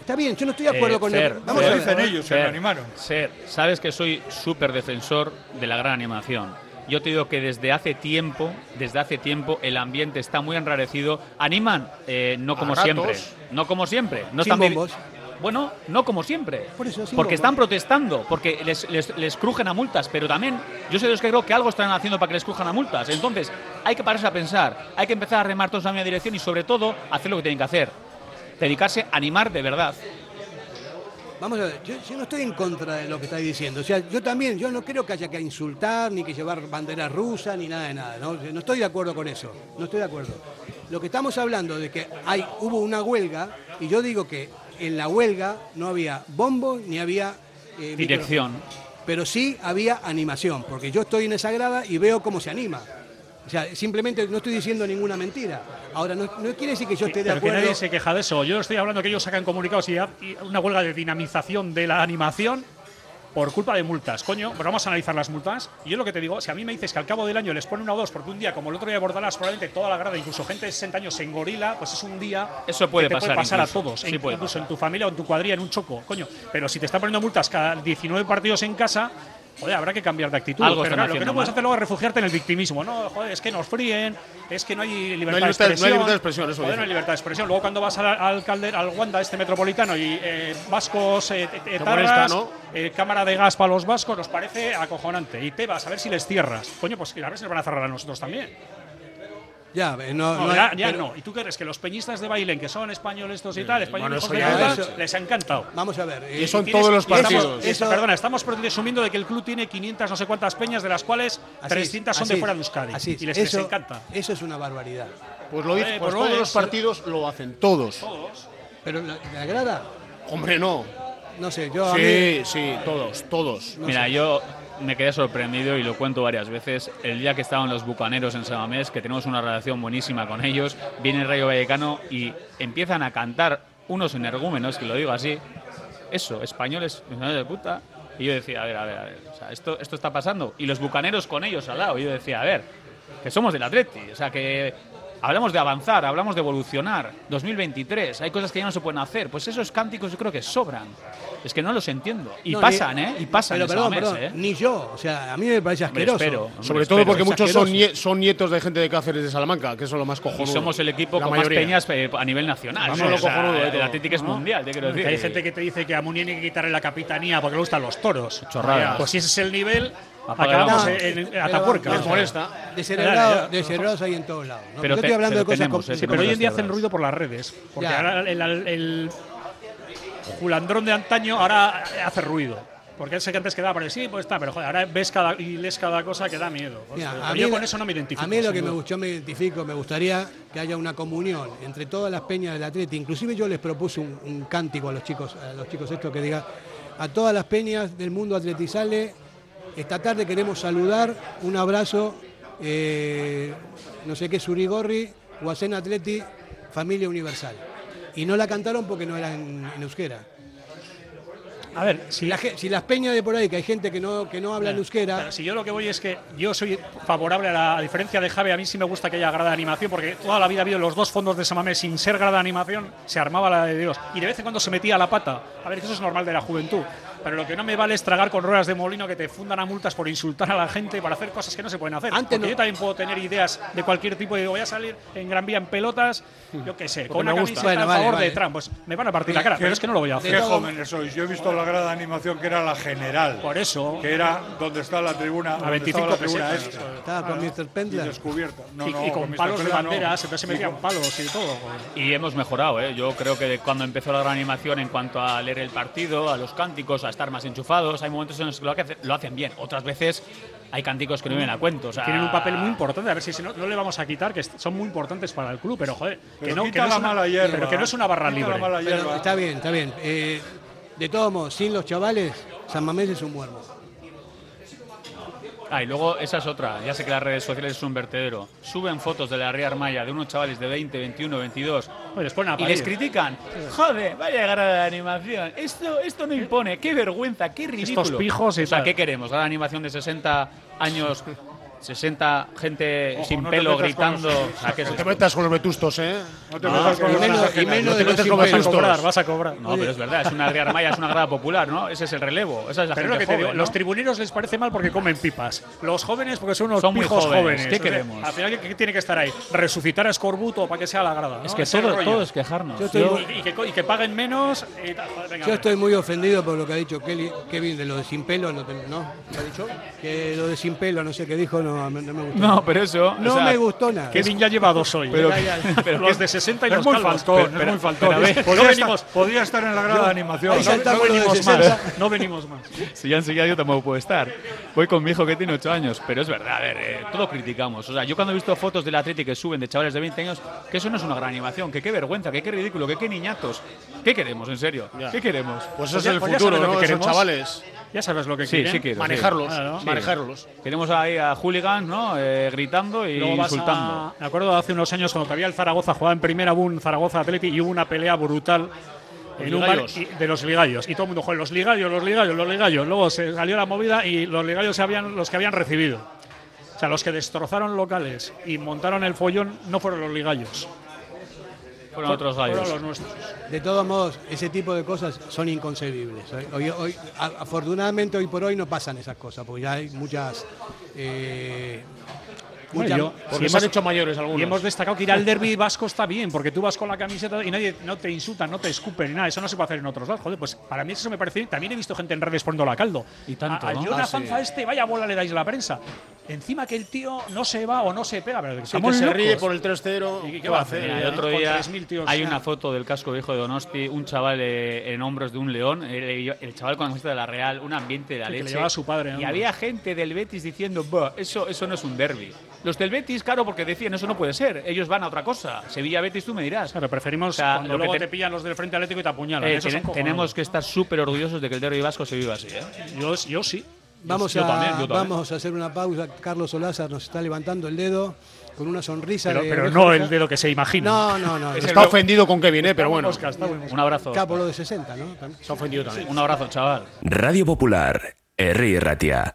Está bien, yo no estoy de acuerdo
Eh,
con
Fer,
él. Vamos
Fer,
a ver.
Fer, Fer, Fer, sabes que soy súper defensor de la gran animación. Yo te digo que desde hace tiempo, desde hace tiempo, el ambiente está muy enrarecido. Animan, eh, no
A
como
ratos.
siempre. No como siempre. No
Sin
están vivi-
bombos.
Bueno, no como siempre.
Por eso, sin
porque
bombos.
están protestando, porque les, les- les crujen a multas, pero también yo soy de los que creo que algo están haciendo para que les crujan a multas. Entonces, hay que pararse a pensar, hay que empezar a remar todos en la misma dirección y sobre todo hacer lo que tienen que hacer. Dedicarse a animar de verdad.
Vamos a ver, yo, yo no estoy en contra de lo que estáis diciendo. O sea, yo también, yo no creo que haya que insultar, ni que llevar bandera rusa, ni nada de nada. No, no estoy de acuerdo con eso. No estoy de acuerdo. Lo que estamos hablando de que hay, hubo una huelga, y yo digo que en la huelga no había bombo ni había. eh,
Dirección.
pero sí había animación, porque yo estoy en esa grada y veo cómo se anima. O sea, simplemente no estoy diciendo ninguna mentira. Ahora, no, no quiere decir que yo esté de
Pero que
acuerdo.
nadie se queja de eso. Yo estoy hablando que ellos sacan comunicados y ha- y una huelga de dinamización de la animación por culpa de multas. Coño, pero vamos a analizar las multas. Y es lo que te digo, si a mí me dices que al cabo del año les pone una o dos, porque un día, como el otro día de Bordalás, probablemente toda la grada, incluso gente de 60 años en gorila, pues es un día
Eso puede
que te
pasar
puede pasar
incluso.
a todos.
Sí
incluso
puede
en tu familia o en tu cuadrilla, en un choco, coño. Pero si te están poniendo multas cada 19 partidos en casa. Joder, habrá que cambiar de actitud.
Algo
pero
están
claro, lo que
haciendo
no puedes
mal.
hacer luego es refugiarte en el victimismo. No, joder, es que nos fríen, es que no hay libertad,
libertad-
de
no hay
expresión.
libertad de expresión, eso
Joder, no
dice.
hay libertad de expresión. Luego cuando vas al, al, Calder- al Wanda, este metropolitano, y eh, vascos, eh, et- etarras,
molesta, ¿no?
eh, cámara de gas para los vascos, nos parece acojonante. Y te vas a ver si les cierras. Coño, pues a ver si nos van a cerrar a nosotros también.
Ya, eh, no,
No,
no hay-
ya, ya
pero-
no. ¿Y tú crees que los peñistas de Bailén, que son españoles estos y tal,
bueno,
españoles
eso
hijos de
ya
puta,
es-
les ha encantado?
Vamos a ver. eh,
Y tienes- y estamos- y esta- perdona, estamos presumiendo de que el club tiene 500 no sé cuántas peñas, de las cuales
Así es,
300 son
así
de
es,
fuera de Euskadi.
así es.
y les, les
eso,
encanta.
Eso es una barbaridad.
Pues lo dice,
Eh,
pues
pues lo
todos
es.
los partidos lo hacen, todos.
Pero la, la grada,
Hombre, no.
no sé, yo a
Sí,
mí-
sí, todos, todos.
Mira, yo me quedé sorprendido y lo cuento varias veces. El día que estaban los bucaneros en Samamés, que tenemos una relación buenísima con ellos, viene el Rayo Vallecano y empiezan a cantar unos energúmenos, que lo digo así, eso, españoles, españoles de puta. Y yo decía, a ver, a ver, a ver, o sea, esto, esto está pasando. Y los bucaneros con ellos al lado. Y yo decía, a ver, que somos del Atleti, o sea, que Hablamos de avanzar, hablamos de evolucionar. 2023, hay cosas que ya no se pueden hacer. Pues esos cánticos yo creo que sobran. Es que no los entiendo. Y
No, ni-
pasan, ¿eh? Y pasan.
Pero
de
perdón,
Samamés,
perdón,
¿eh?
ni yo. O sea, a mí me parece
Hombre,
asqueroso.
espero, hombre,
Sobre todo porque muchos son, nie- son nietos de gente de Cáceres de Salamanca, que son lo más
Y
cojonudo.
somos el equipo
La
con
mayoría.
más peñas eh, a nivel nacional.
Vamos,
¿eh?
lo
O sea,
cojonudo de
El
todo.
Atlético es
No, no.
mundial, te quiero
Que
decir.
hay gente que te dice que a Munier hay que quitarle la capitanía porque le gustan los toros.
Chorradas.
Pues si ese es el nivel,
Apaga
acabamos
la luz.
en, en
Pero
Atapuerca.
vamos, Descerebrados descerebrados hay en todos lados. ¿no?
Pero
Yo
te-
estoy hablando
pero
de cosas
tenemos,
com-
¿eh? Sí, pero hoy en día hacen ruido por las redes. Porque
Ya.
ahora el, el julandrón de antaño ahora hace ruido. Porque ese que antes quedaba por ahí, sí, pues está, pero joder, ahora ves cada, y lees cada cosa que da miedo.
Mira,
Hostia,
a
yo
mí
con
la-
eso no me identifico.
A mí lo
sin
que me
duda.
gustó, me identifico, me gustaría que haya una comunión entre todas las peñas del Atleti. Inclusive yo les propuse un, un cántico a los chicos, a los chicos esto que diga, a todas las peñas del mundo atletizale, esta tarde queremos saludar, un abrazo, eh, no sé qué, Surigorri, Guacén Atleti, Familia Universal. Y no la cantaron porque no era en, en euskera.
A ver, si,
la ge- si las peñas de por ahí, que hay gente que no, que no habla en
Claro,
euskera,
claro, si yo lo que voy es que yo soy favorable a la a diferencia de Javi, a mí sí me gusta que haya grada de animación, porque toda la vida ha habido los dos fondos de Samamé sin ser grada de animación, se armaba la de Dios. Y de vez en cuando se metía la pata. A ver, que eso es normal de la juventud. Pero lo que no me vale es tragar con ruedas de molino que te fundan a multas por insultar a la gente, para hacer cosas que no se pueden hacer. Antes
no-
yo también puedo tener ideas de cualquier tipo. Digo, voy a salir en Gran Vía en pelotas, yo qué sé,
Porque
con una
me gusta.
camiseta
Bueno,
a
vale,
favor
vale.
de Trump. Pues me van a partir la cara,
Qué-
pero es que no lo voy a hacer.
Qué jóvenes sois. Yo he visto la grada de animación que era la general. Por
eso.
Que era donde está la tribuna. donde estaba la tribuna
pesetas.
esta.
Estaba con Mr. Pendler.
Y descubierta. No,
y,
no,
y con
Mr.
palos de
Pendler no.
banderas, entonces se
Y
metían
con-
palos y todo.
Y hemos mejorado, ¿eh? Yo creo que cuando empezó la gran animación en cuanto a leer el partido, a los cánticos, a estar más enchufados, hay momentos en los que lo, hace- lo hacen bien. Otras veces hay cánticos que no vienen a cuento. o sea-
Tienen un papel muy importante, a ver si, si no, no le vamos a quitar, que est- son muy importantes para el club, pero joder,
Pero
que, no, que,
quita
no es
la
una,
mala hierba.
pero que no es una barra
Quita la
libre.
mala
Pero está bien, está bien. Eh, de todos modos, sin los chavales, San Mamés es un muermo.
Ah, y luego esa es otra. Ya sé que las redes sociales es un vertedero. Suben fotos de la Ría Armaya de unos chavales de 20, 21, 22.
a
y
parir.
les critican. Joder, vaya grada de animación. Esto, esto no impone. Qué vergüenza, qué ridículo.
Estos pijos y
O sea,
tal.
¿qué queremos? ¿La animación de 60 años? 60 gente
Ojo,
sin
no te
pelo
metas con
gritando.
los-
O sea, ¿qué es
No te
esto?
metas con los vetustos, ¿eh?
No, y menos- y menos
no te
de los
metas con los
sin pelo.
vetustos.
No, pero es verdad, es una
[laughs]
Ría Armaya, es una grada popular, ¿no? Ese es el relevo. Esa es
Pero es
la gente
lo que te
joven,
digo,
¿no?
los tribuneros les parece mal porque comen pipas. Los jóvenes porque son unos
Son muy
pijos
jóvenes.
jóvenes.
¿Qué
O sea,
queremos?
al final, ¿qué, qué tiene que estar ahí? Resucitar a Escorbuto para que sea la grada.
Es
¿no?
que
Ese
todo-
rollo.
todo es quejarnos.
Yo estoy-
y, y que, co- y que paguen menos. y tal. Joder, venga,
Yo estoy muy ofendido por lo que ha dicho Kelly, Kevin de lo de sin pelo, ¿no? te- ¿no? ¿Qué ha dicho? Que lo de sin pelo, no sé qué dijo, no, no me gustó.
No, pero eso.
No
o sea,
me gustó nada.
Kevin ya lleva dos hoy.
Pero-
Ya, Pues ya.
[laughs]
[laughs]
pero
los
que-
de 60 y
es
los
muy
calvos.
faltón,
Pero-
es muy
pero-
faltón.
pero a ver,
Podría
no
estar-
venimos-
podría estar en la grada de animación.
No- No, venimos más. No venimos más.
Si ya enseguida yo tampoco puedo estar. Voy con mi hijo que tiene 8 años, pero es verdad, a ver, eh, todo criticamos. O sea, yo cuando he visto fotos del Atleti que suben de chavales de 20 años, que eso no es una gran animación, que qué vergüenza, que qué ridículo, que qué niñatos. ¿Qué queremos, en serio? ¿Qué queremos?
Pues
eso
ese es el futuro, ¿no? Esos chavales.
Ya sabes lo que
Sí,
quieren.
sí quiero, sí.
Manejarlos,
Claro.
sí. manejarlos.
Queremos ahí a hooligans, ¿no? Eh, gritando y
Luego vas a-
insultando.
me acuerdo hace unos años cuando todavía el Zaragoza jugaba en primera, hubo un Zaragoza Atleti y hubo una pelea brutal en un bar
Ligallos.
y- de los ligallos. Y todo el mundo, joder, los ligallos, los ligallos, los ligallos. Luego se salió la movida y los ligallos se habían, los que habían recibido. O sea, los que destrozaron locales y montaron el follón no fueron los ligallos.
Fueron otros gallos.
Fueron los nuestros.
De todos modos, ese tipo de cosas son inconcebibles. ¿eh? Hoy, hoy- a- afortunadamente, hoy por hoy no pasan esas cosas, porque ya hay muchas. eh,
Bueno,
muchas-
yo- si hemos- Y hemos destacado que ir al derby vasco está bien, porque tú vas con la camiseta y nadie no te insulta, no te escupen ni nada. Eso no se puede hacer en otros lados. Joder, pues para mí eso me parece. También he visto gente en redes poniendo la caldo. Y
tanto,
Al
¿no?
Jonah
Ah, sí.
Fanza este, vaya bola le dais a la prensa. Encima que el tío no se va o no se pega. Pero
Sí, que se ríe por el 3-0.
¿Y qué va a hacer?
Mira,
Ya,
el otro
con
día
3.000 tíos,
hay
ya.
una foto del casco viejo de Donosti, un chaval eh, en hombros de un león, el, el chaval con la camiseta de la Real, un ambiente de la
Sí, que
leche.
le llevaba a su padre,
Y
¿no?
había gente del Betis diciendo, "Buah, eso, eso no es un derby. Los del Betis, claro, porque decían, eso no puede ser, ellos van a otra cosa. Sevilla-Betis, tú me dirás.
Claro, preferimos Cuando luego te, pillan los del Frente Atlético y te apuñalan. Eso es un cojonado.
eh, tenemos que estar súper orgullosos de que el derby vasco se viva así. ¿eh?
Yo, yo sí.
Vamos,
Yo
a,
también, yo también.
vamos a hacer una pausa. Carlos Solázar nos está levantando el dedo con una sonrisa.
Pero,
de
pero
oreja a
no
oreja.
el de lo que se imagina.
No, no, no.
Está ofendido con Kevin, ¿eh? Pero bueno.
Un abrazo.
Capo, lo de 60, ¿no? También.
Se ha ofendido también.
Un abrazo, chaval.
Radio Popular, Herri Ratia.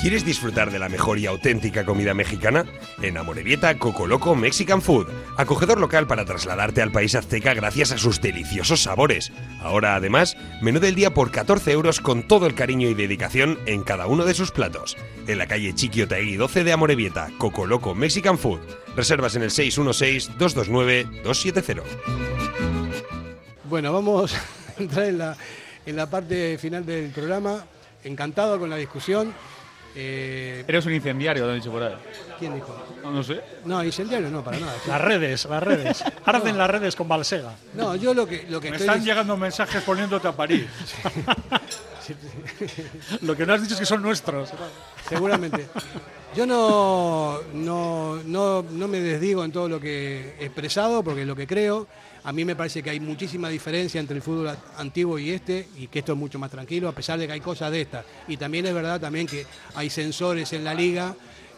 ¿Quieres disfrutar de la mejor y auténtica comida mexicana? En Amorebieta, Cocoloco Mexican Food, acogedor local para trasladarte al país azteca gracias a sus deliciosos sabores. Ahora, además, menú del día por 14 euros con todo el cariño y dedicación en cada uno de sus platos. En la calle Chiquiotegui 12 de Amorebieta, Cocoloco Mexican Food. Reservas en el 616-229-270.
Bueno, vamos a entrar en la, en la parte final del programa. Encantado con la discusión. Eh,
Eres un incendiario, lo han dicho por ahí.
¿Quién dijo?
No, no sé.
No, incendiario no, para nada.
Las redes, las
[laughs]
redes. Arden las redes con Balsega.
No, yo lo que, lo que
Me
estoy
están
dic-
llegando mensajes poniéndote a
[laughs]
París.
[laughs] Lo que no has dicho es que son nuestros.
Seguramente. Yo no, no, no, no me desdigo en todo lo que he expresado, porque es lo que creo. A mí me parece que hay muchísima diferencia entre el fútbol a- antiguo y este, y que esto es mucho más tranquilo, a pesar de que hay cosas de estas. Y también es verdad también que hay sensores en la liga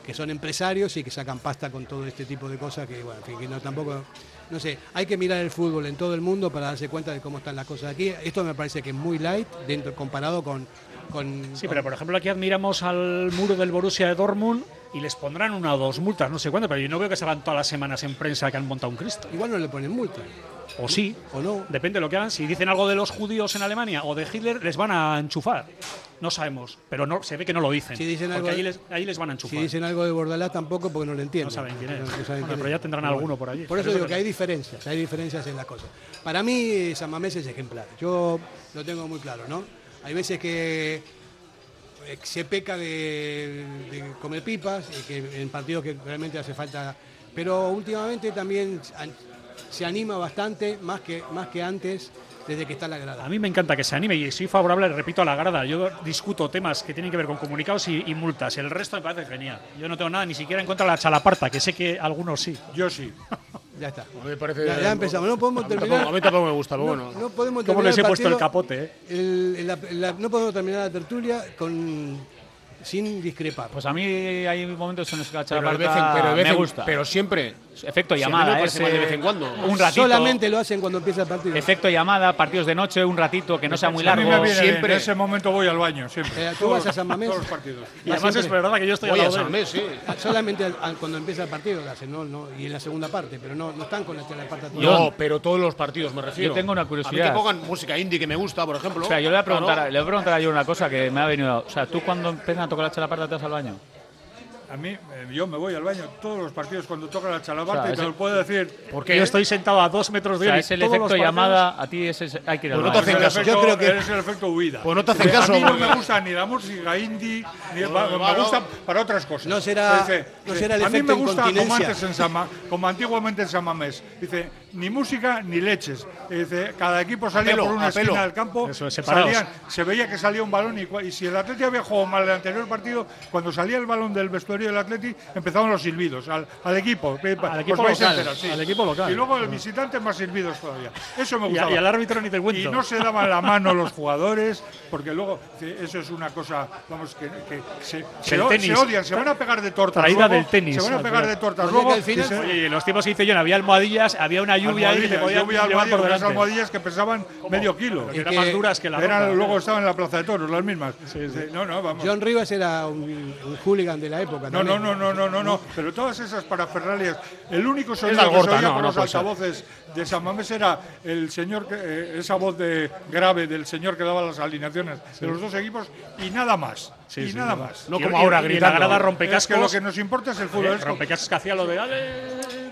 que son empresarios y que sacan pasta con todo este tipo de cosas que, bueno, en fin, que no tampoco... No sé, hay que mirar el fútbol en todo el mundo para darse cuenta de cómo están las cosas aquí. Esto me parece que es muy light dentro comparado con... con
Sí, pero por ejemplo aquí admiramos al muro del Borussia de Dortmund y les pondrán una o dos multas, no sé cuándo, pero yo no veo que salgan todas las semanas en prensa que han montado un Cristo.
Igual no le ponen multa.
O sí.
O no.
Depende de lo que hagan. Si dicen algo de los judíos en Alemania o de Hitler, les van a enchufar. No sabemos, pero no, se ve que no lo dicen.
Si dicen
porque
algo de-
ahí, les, ahí les van a enchufar.
Si dicen algo de Bordalás tampoco porque no lo entienden.
No saben quién es.
No saben
Bueno,
quién
pero ya tendrán alguno por allí.
Por eso
Pero
digo
es
que hay diferencias, hay diferencias en las cosas. Para mí eh, San Mamés es ejemplar. Yo lo tengo muy claro, ¿no? Hay veces que eh, se peca de, de comer pipas y que en partidos que realmente hace falta. Pero últimamente también an- se anima bastante, más que, más que antes, desde que está la grada.
A mí me encanta que se anime y soy favorable, repito, a la grada. Yo discuto temas que tienen que ver con comunicados y, y multas. El resto me parece genial. Yo no tengo nada ni siquiera en contra de la chalaparta, que sé que algunos sí.
Yo sí.
Ya está.
Me parece-
ya, ya empezamos, no podemos
A mí tampoco-
terminar.
a mí tampoco me gusta, pero
No-
bueno.
No podemos
¿Cómo
terminar
les he
el
puesto el
partido-
capote? eh?
El- la- la- no podemos terminar la tertulia con, sin discrepar.
Pues a mí hay momentos en los que la
Pero, de vez en-
chalaparta
pero de vez
me
en-
gusta.
pero siempre.
Efecto
Si a mí
llamada,
me parece
ese-
mal de vez en cuando.
Un ratito.
Solamente lo hacen cuando empieza el partido.
Efecto llamada, partidos de noche, un ratito que no sea muy
A mí
largo.
me viene bien,
siempre.
En ese momento voy al baño, siempre.
Eh, ¿Tú vas a San Mamés?
Todos los partidos.
Y además es
siempre.
verdad que yo estoy
Voy
al
a
lado de
San
él.
Mes, sí.
Solamente al- al- cuando empieza el partido lo hacen, no, no, y en la segunda parte, pero no, no están con la tercera parte.
No, pero todos los partidos me refiero.
Yo tengo una
A mí
curiosidad.
que pongan música indie que me gusta, por ejemplo.
O sea, yo le voy a preguntar,
Claro.
le voy a preguntar a yo una cosa que me ha venido. O sea, tú cuando empiezas a tocar la chalaparta te vas al baño.
A mí, eh, yo me voy al baño todos los partidos cuando toca la chalabarta
O sea,
y te
ese-
lo puedo decir.
¿Por
Yo estoy sentado a dos metros
O
de
sea,
él. y
es el
todos
efecto
los partidos-
llamada. A ti es, es- hay que ir al
Pues no te
baño.
hacen caso, yo creo que- Es el efecto huida. A mí no me
porque-
gusta ni la música indie, ni
No,
va-
no,
me
no.
gusta para otras cosas.
No será-
Dice-
no
dice,
será el
a mí me
efecto
gusta como
incontinencia".
antes en Sama- como antiguamente en Samamés. Dice, ni música ni leches. Dice, cada equipo salía
pelo,
por una
a pelo.
esquina del campo,
Eso es, separados.
salían- se veía que salía un balón y, cua- y si el Atleti había jugado mal el anterior partido, cuando salía el balón del vestuario del Atleti, empezaban los silbidos al, al equipo. pues Al
equipo local, al equipo local.
Y luego el
Ah.
visitante más silbidos todavía. Eso me
Y a-
gustaba.
y al árbitro ni te cuento.
Y no se daban la mano los jugadores, porque luego que eso es una cosa, vamos, que, que se, se
el
o-
tenis.
se odian, se van a pegar de tortas.
Traída
luego,
del tenis.
Se van a pegar de tortas.
Porque
luego,
al final-
y se-
Oye, y los tiempos que hice yo, había almohadillas, había una lluvia ahí que te
Almohadillas,
podían
yo vi
llevar
almohadillas,
por
unas
delante.
almohadillas que pesaban medio kilo.
Pero que eran más duras que la
Eran-
ropa.
Luego estaban en la Plaza de Toros, las mismas. Sí, No, no, vamos.
John Rivas era un, un hooligan de la época.
No, no,
también.
no, no, no, no, no. Pero todas esas paraferralias. El único sonido
la
que
gorda,
se oía
no,
por
no
los
puede ser.
altavoces de San Mamés era el señor que, eh, esa voz de grave del señor que daba las alineaciones
Sí.
de los dos equipos y nada más.
Sí,
y
sí,
nada
no.
más.
No como ahora,
y
gritando.
la grada
Es que
rompecascos.
lo
lo
que
que nos importa es el
fútbol,
fútbol.
es como- que hacía lo de.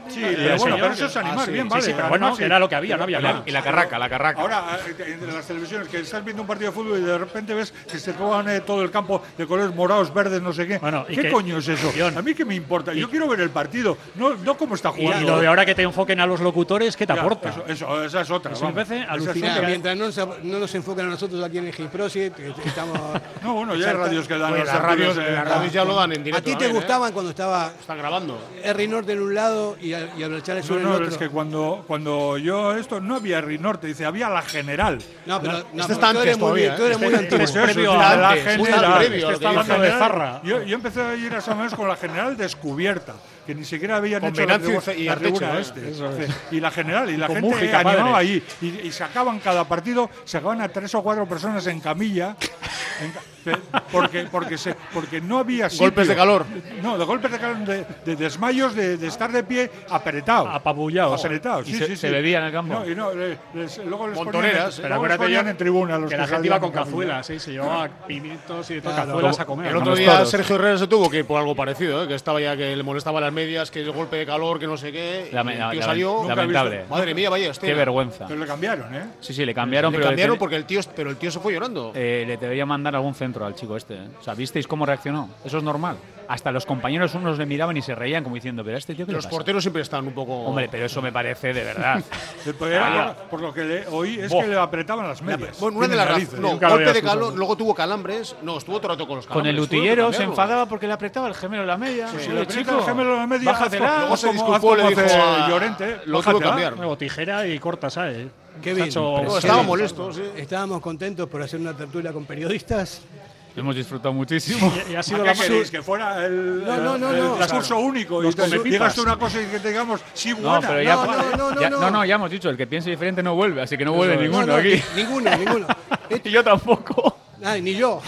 Sí,
Eh,
pero bueno,
señor,
pero eso es
que-
animar,
ah, sí,
bien,
sí,
vale.
sí, pero
además,
bueno, era lo que había, no había
Pero-
nada. Y la carraca, la carraca.
Ahora, eh, entre las televisiones, que estás viendo un partido de fútbol y de repente ves que se juegan eh, todo el campo de colores morados, verdes, no sé qué.
y
¿Qué
que-
coño es eso? A mí qué me importa. Yo quiero ver el partido, no, no cómo está
Y,
jugando.
lo de ahora que te enfoquen a los locutores, ¿qué te
Ya,
aporta?
Eso, eso- esa es otra.
Eso
vamos.
Pues me parece
Esa es
alucinante.
otra.
Mientras no nos, no nos enfocan a nosotros aquí en el Gimprosit, estamos.
[laughs] No, bueno, ya hay radios que dan
Pues
los
las
partidos,
radios-
eh,
las
no.
radios ya lo dan en directo ¿A ti te también, ¿eh? gustaban cuando estaba-
Están grabando.
Henry Norte en un lado y, a- y Abelchán en
No,
el
no,
otro.
es que cuando, cuando yo esto no había Rinorte, dice, había la general.
No, pero- no,
Este
pero tú eres muy- tú eres muy
Este-
antiguo.
este es
Previo
la
a- antes,
general.
justo al previo,
Este
lo que
está
dice.
hablando de
General.
farra. Yo, yo empecé a ir a San Mamés con la general descubierta, que ni siquiera habían
Con
hecho la,
Venancio
tribu-
y
la
Arteche,
tribuna
¿eh?
este.
Eso
Dice,
es.
Y la general, y la
Con
gente
Mújica,
animaba
padre.
ahí. Y, y sacaban cada partido, sacaban a tres o cuatro personas en camilla. en ca- pe- porque, porque, se, porque no había sitio.
Golpes de calor.
No, de golpes de calor, de, de desmayos, de, de estar de pie apretado. Apabullado. Apretado,
Y
sí,
se-
sí,
se
sí.
bebía en el campo.
No, y no, le- les- luego les
Montoneras,
ponían,
¿eh?
luego les
Acuérdate
ponían
ya
en tribuna los
que la gente
salían
iba con
a caminar.
cazuelas, sí, ah, se llevaba pimientos y de todo, cazuelas a comer.
El
Con
otro
los
día
toros.
Sergio Herrera se tuvo que ir por algo parecido, ¿eh? que estaba ya que le molestaba las medias, que el golpe de calor, que no sé qué. y
Lame-
el tío
lame-
salió.
Nunca he lamentable. visto.
Madre mía, vaya, hostia.
Qué vergüenza. Pero
le cambiaron, ¿eh?
Sí, sí, le cambiaron,
Le
pero
cambiaron
te-
porque el tío, pero el tío se fue llorando.
eh, le debería mandar algún centro al chico este. ¿eh? O sea, ¿visteis cómo reaccionó? Eso es normal. Hasta los compañeros unos le miraban y se reían como diciendo, pero a este tío que
Los porteros siempre están un poco.
Hombre, pero eso me parece de
[laughs]
verdad.
El poder,
Vaya.
Pues por, por lo que le oí, es
Buah.
que le apretaban las medias.
Bueno, una de las razones. No,
Pues, Nunca lo
golpe
había
de
escuchado.
calor, luego tuvo calambres. No, estuvo todo el rato con los
Con
calambres.
el
tuvo que
utillero se
cambiarlo.
enfadaba porque le apretaba el gemelo en la media.
Sí,
Oye,
le aprieta
chico,
el gemelo en la media,
bájatela.
luego se
Haz como-
disculpó,
haz
le
como
dijo
hace
a-
Llorente.
Lo tuvo que cambiar.
Luego tijera y corta, ¿sabes?
Qué bien.
Sancho-
Impresionante.
estaba molesto, sí.
Estábamos contentos por hacer una tertulia con periodistas.
Hemos disfrutado muchísimo.
Y- y ha
¿A
sido
qué
la-
queréis? Que fuera el,
No, no, no,
el
no.
discurso
Claro.
único.
Los
Y te-
comepipas.
digas tú una cosa y que digamos, sí,
No,
buena.
pero ya,
no, no, no,
ya-
no.
no, no, ya hemos dicho, el que piense diferente no vuelve, así que no vuelve
Eso es.
ninguno
No, no,
aquí.
ni- Ninguno, ninguno. Ah,
y yo tampoco.
ni yo.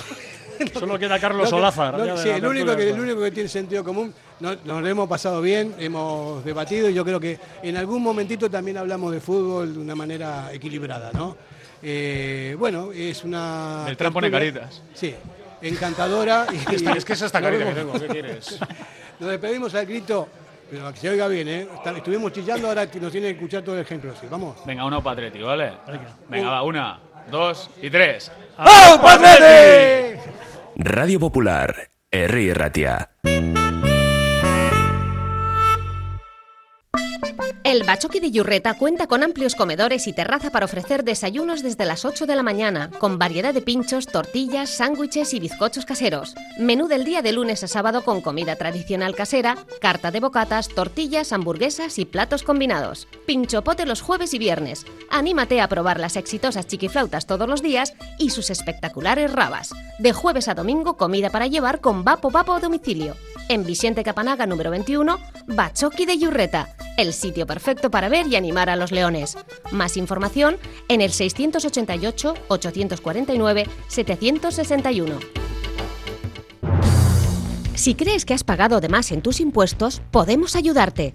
Solo queda Carlos
No, que-
Olázar.
no,
ya de
sí,
la
el
tertulia
único, que,
esta.
el único que tiene sentido común. No- nos lo hemos pasado bien, hemos debatido y yo creo que en algún momentito también hablamos de fútbol de una manera equilibrada, ¿no? Eh, bueno, es una.
El trampo pone
tertulia-
caritas.
Sí, encantadora. y-
Esta- es que es esta
nos
carita que
vemos-
tengo, ¿qué quieres?
[laughs] Nos despedimos al grito, pero que se oiga bien, ¿eh? Está- Estuvimos chillando, ahora nos tiene que escuchar todo el ejemplo. Sí, vamos.
Venga, uno para Atleti, ¿vale? Venga, va, una, dos y tres.
¡Ah,
¡Ah,
¡Vamos,
Radio Popular, Herri Ratia.
El Bachoqui de Yurreta cuenta con amplios comedores y terraza para ofrecer desayunos desde las 8 de la mañana, con variedad de pinchos, tortillas, sándwiches y bizcochos caseros. Menú del día de lunes a sábado con comida tradicional casera, carta de bocatas, tortillas, hamburguesas y platos combinados. Pinchopote los jueves y viernes. Anímate a probar las exitosas chiquiflautas todos los días y sus espectaculares rabas. De jueves a domingo, comida para llevar con Vapo Vapo a domicilio. En Vicente Capanaga número 21, Bachoqui de Yurreta, el sitio perfecto para ver y animar a los leones. Más información en el 688 849 761. Si crees que has pagado de más en tus impuestos, podemos ayudarte.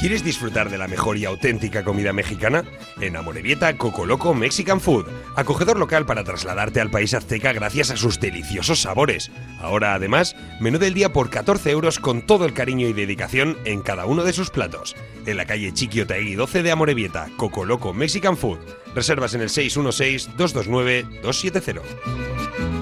¿Quieres disfrutar de la mejor y auténtica comida mexicana? En Amorebieta, Coco Loco Mexican Food. Acogedor local para trasladarte al país azteca gracias a sus deliciosos sabores. Ahora, además, menú del día por 14 euros con todo el cariño y dedicación en cada uno de sus platos. En la calle Chiquiotaegui 12 de Amorebieta, Coco Loco Mexican Food. Reservas en el 616-229-270.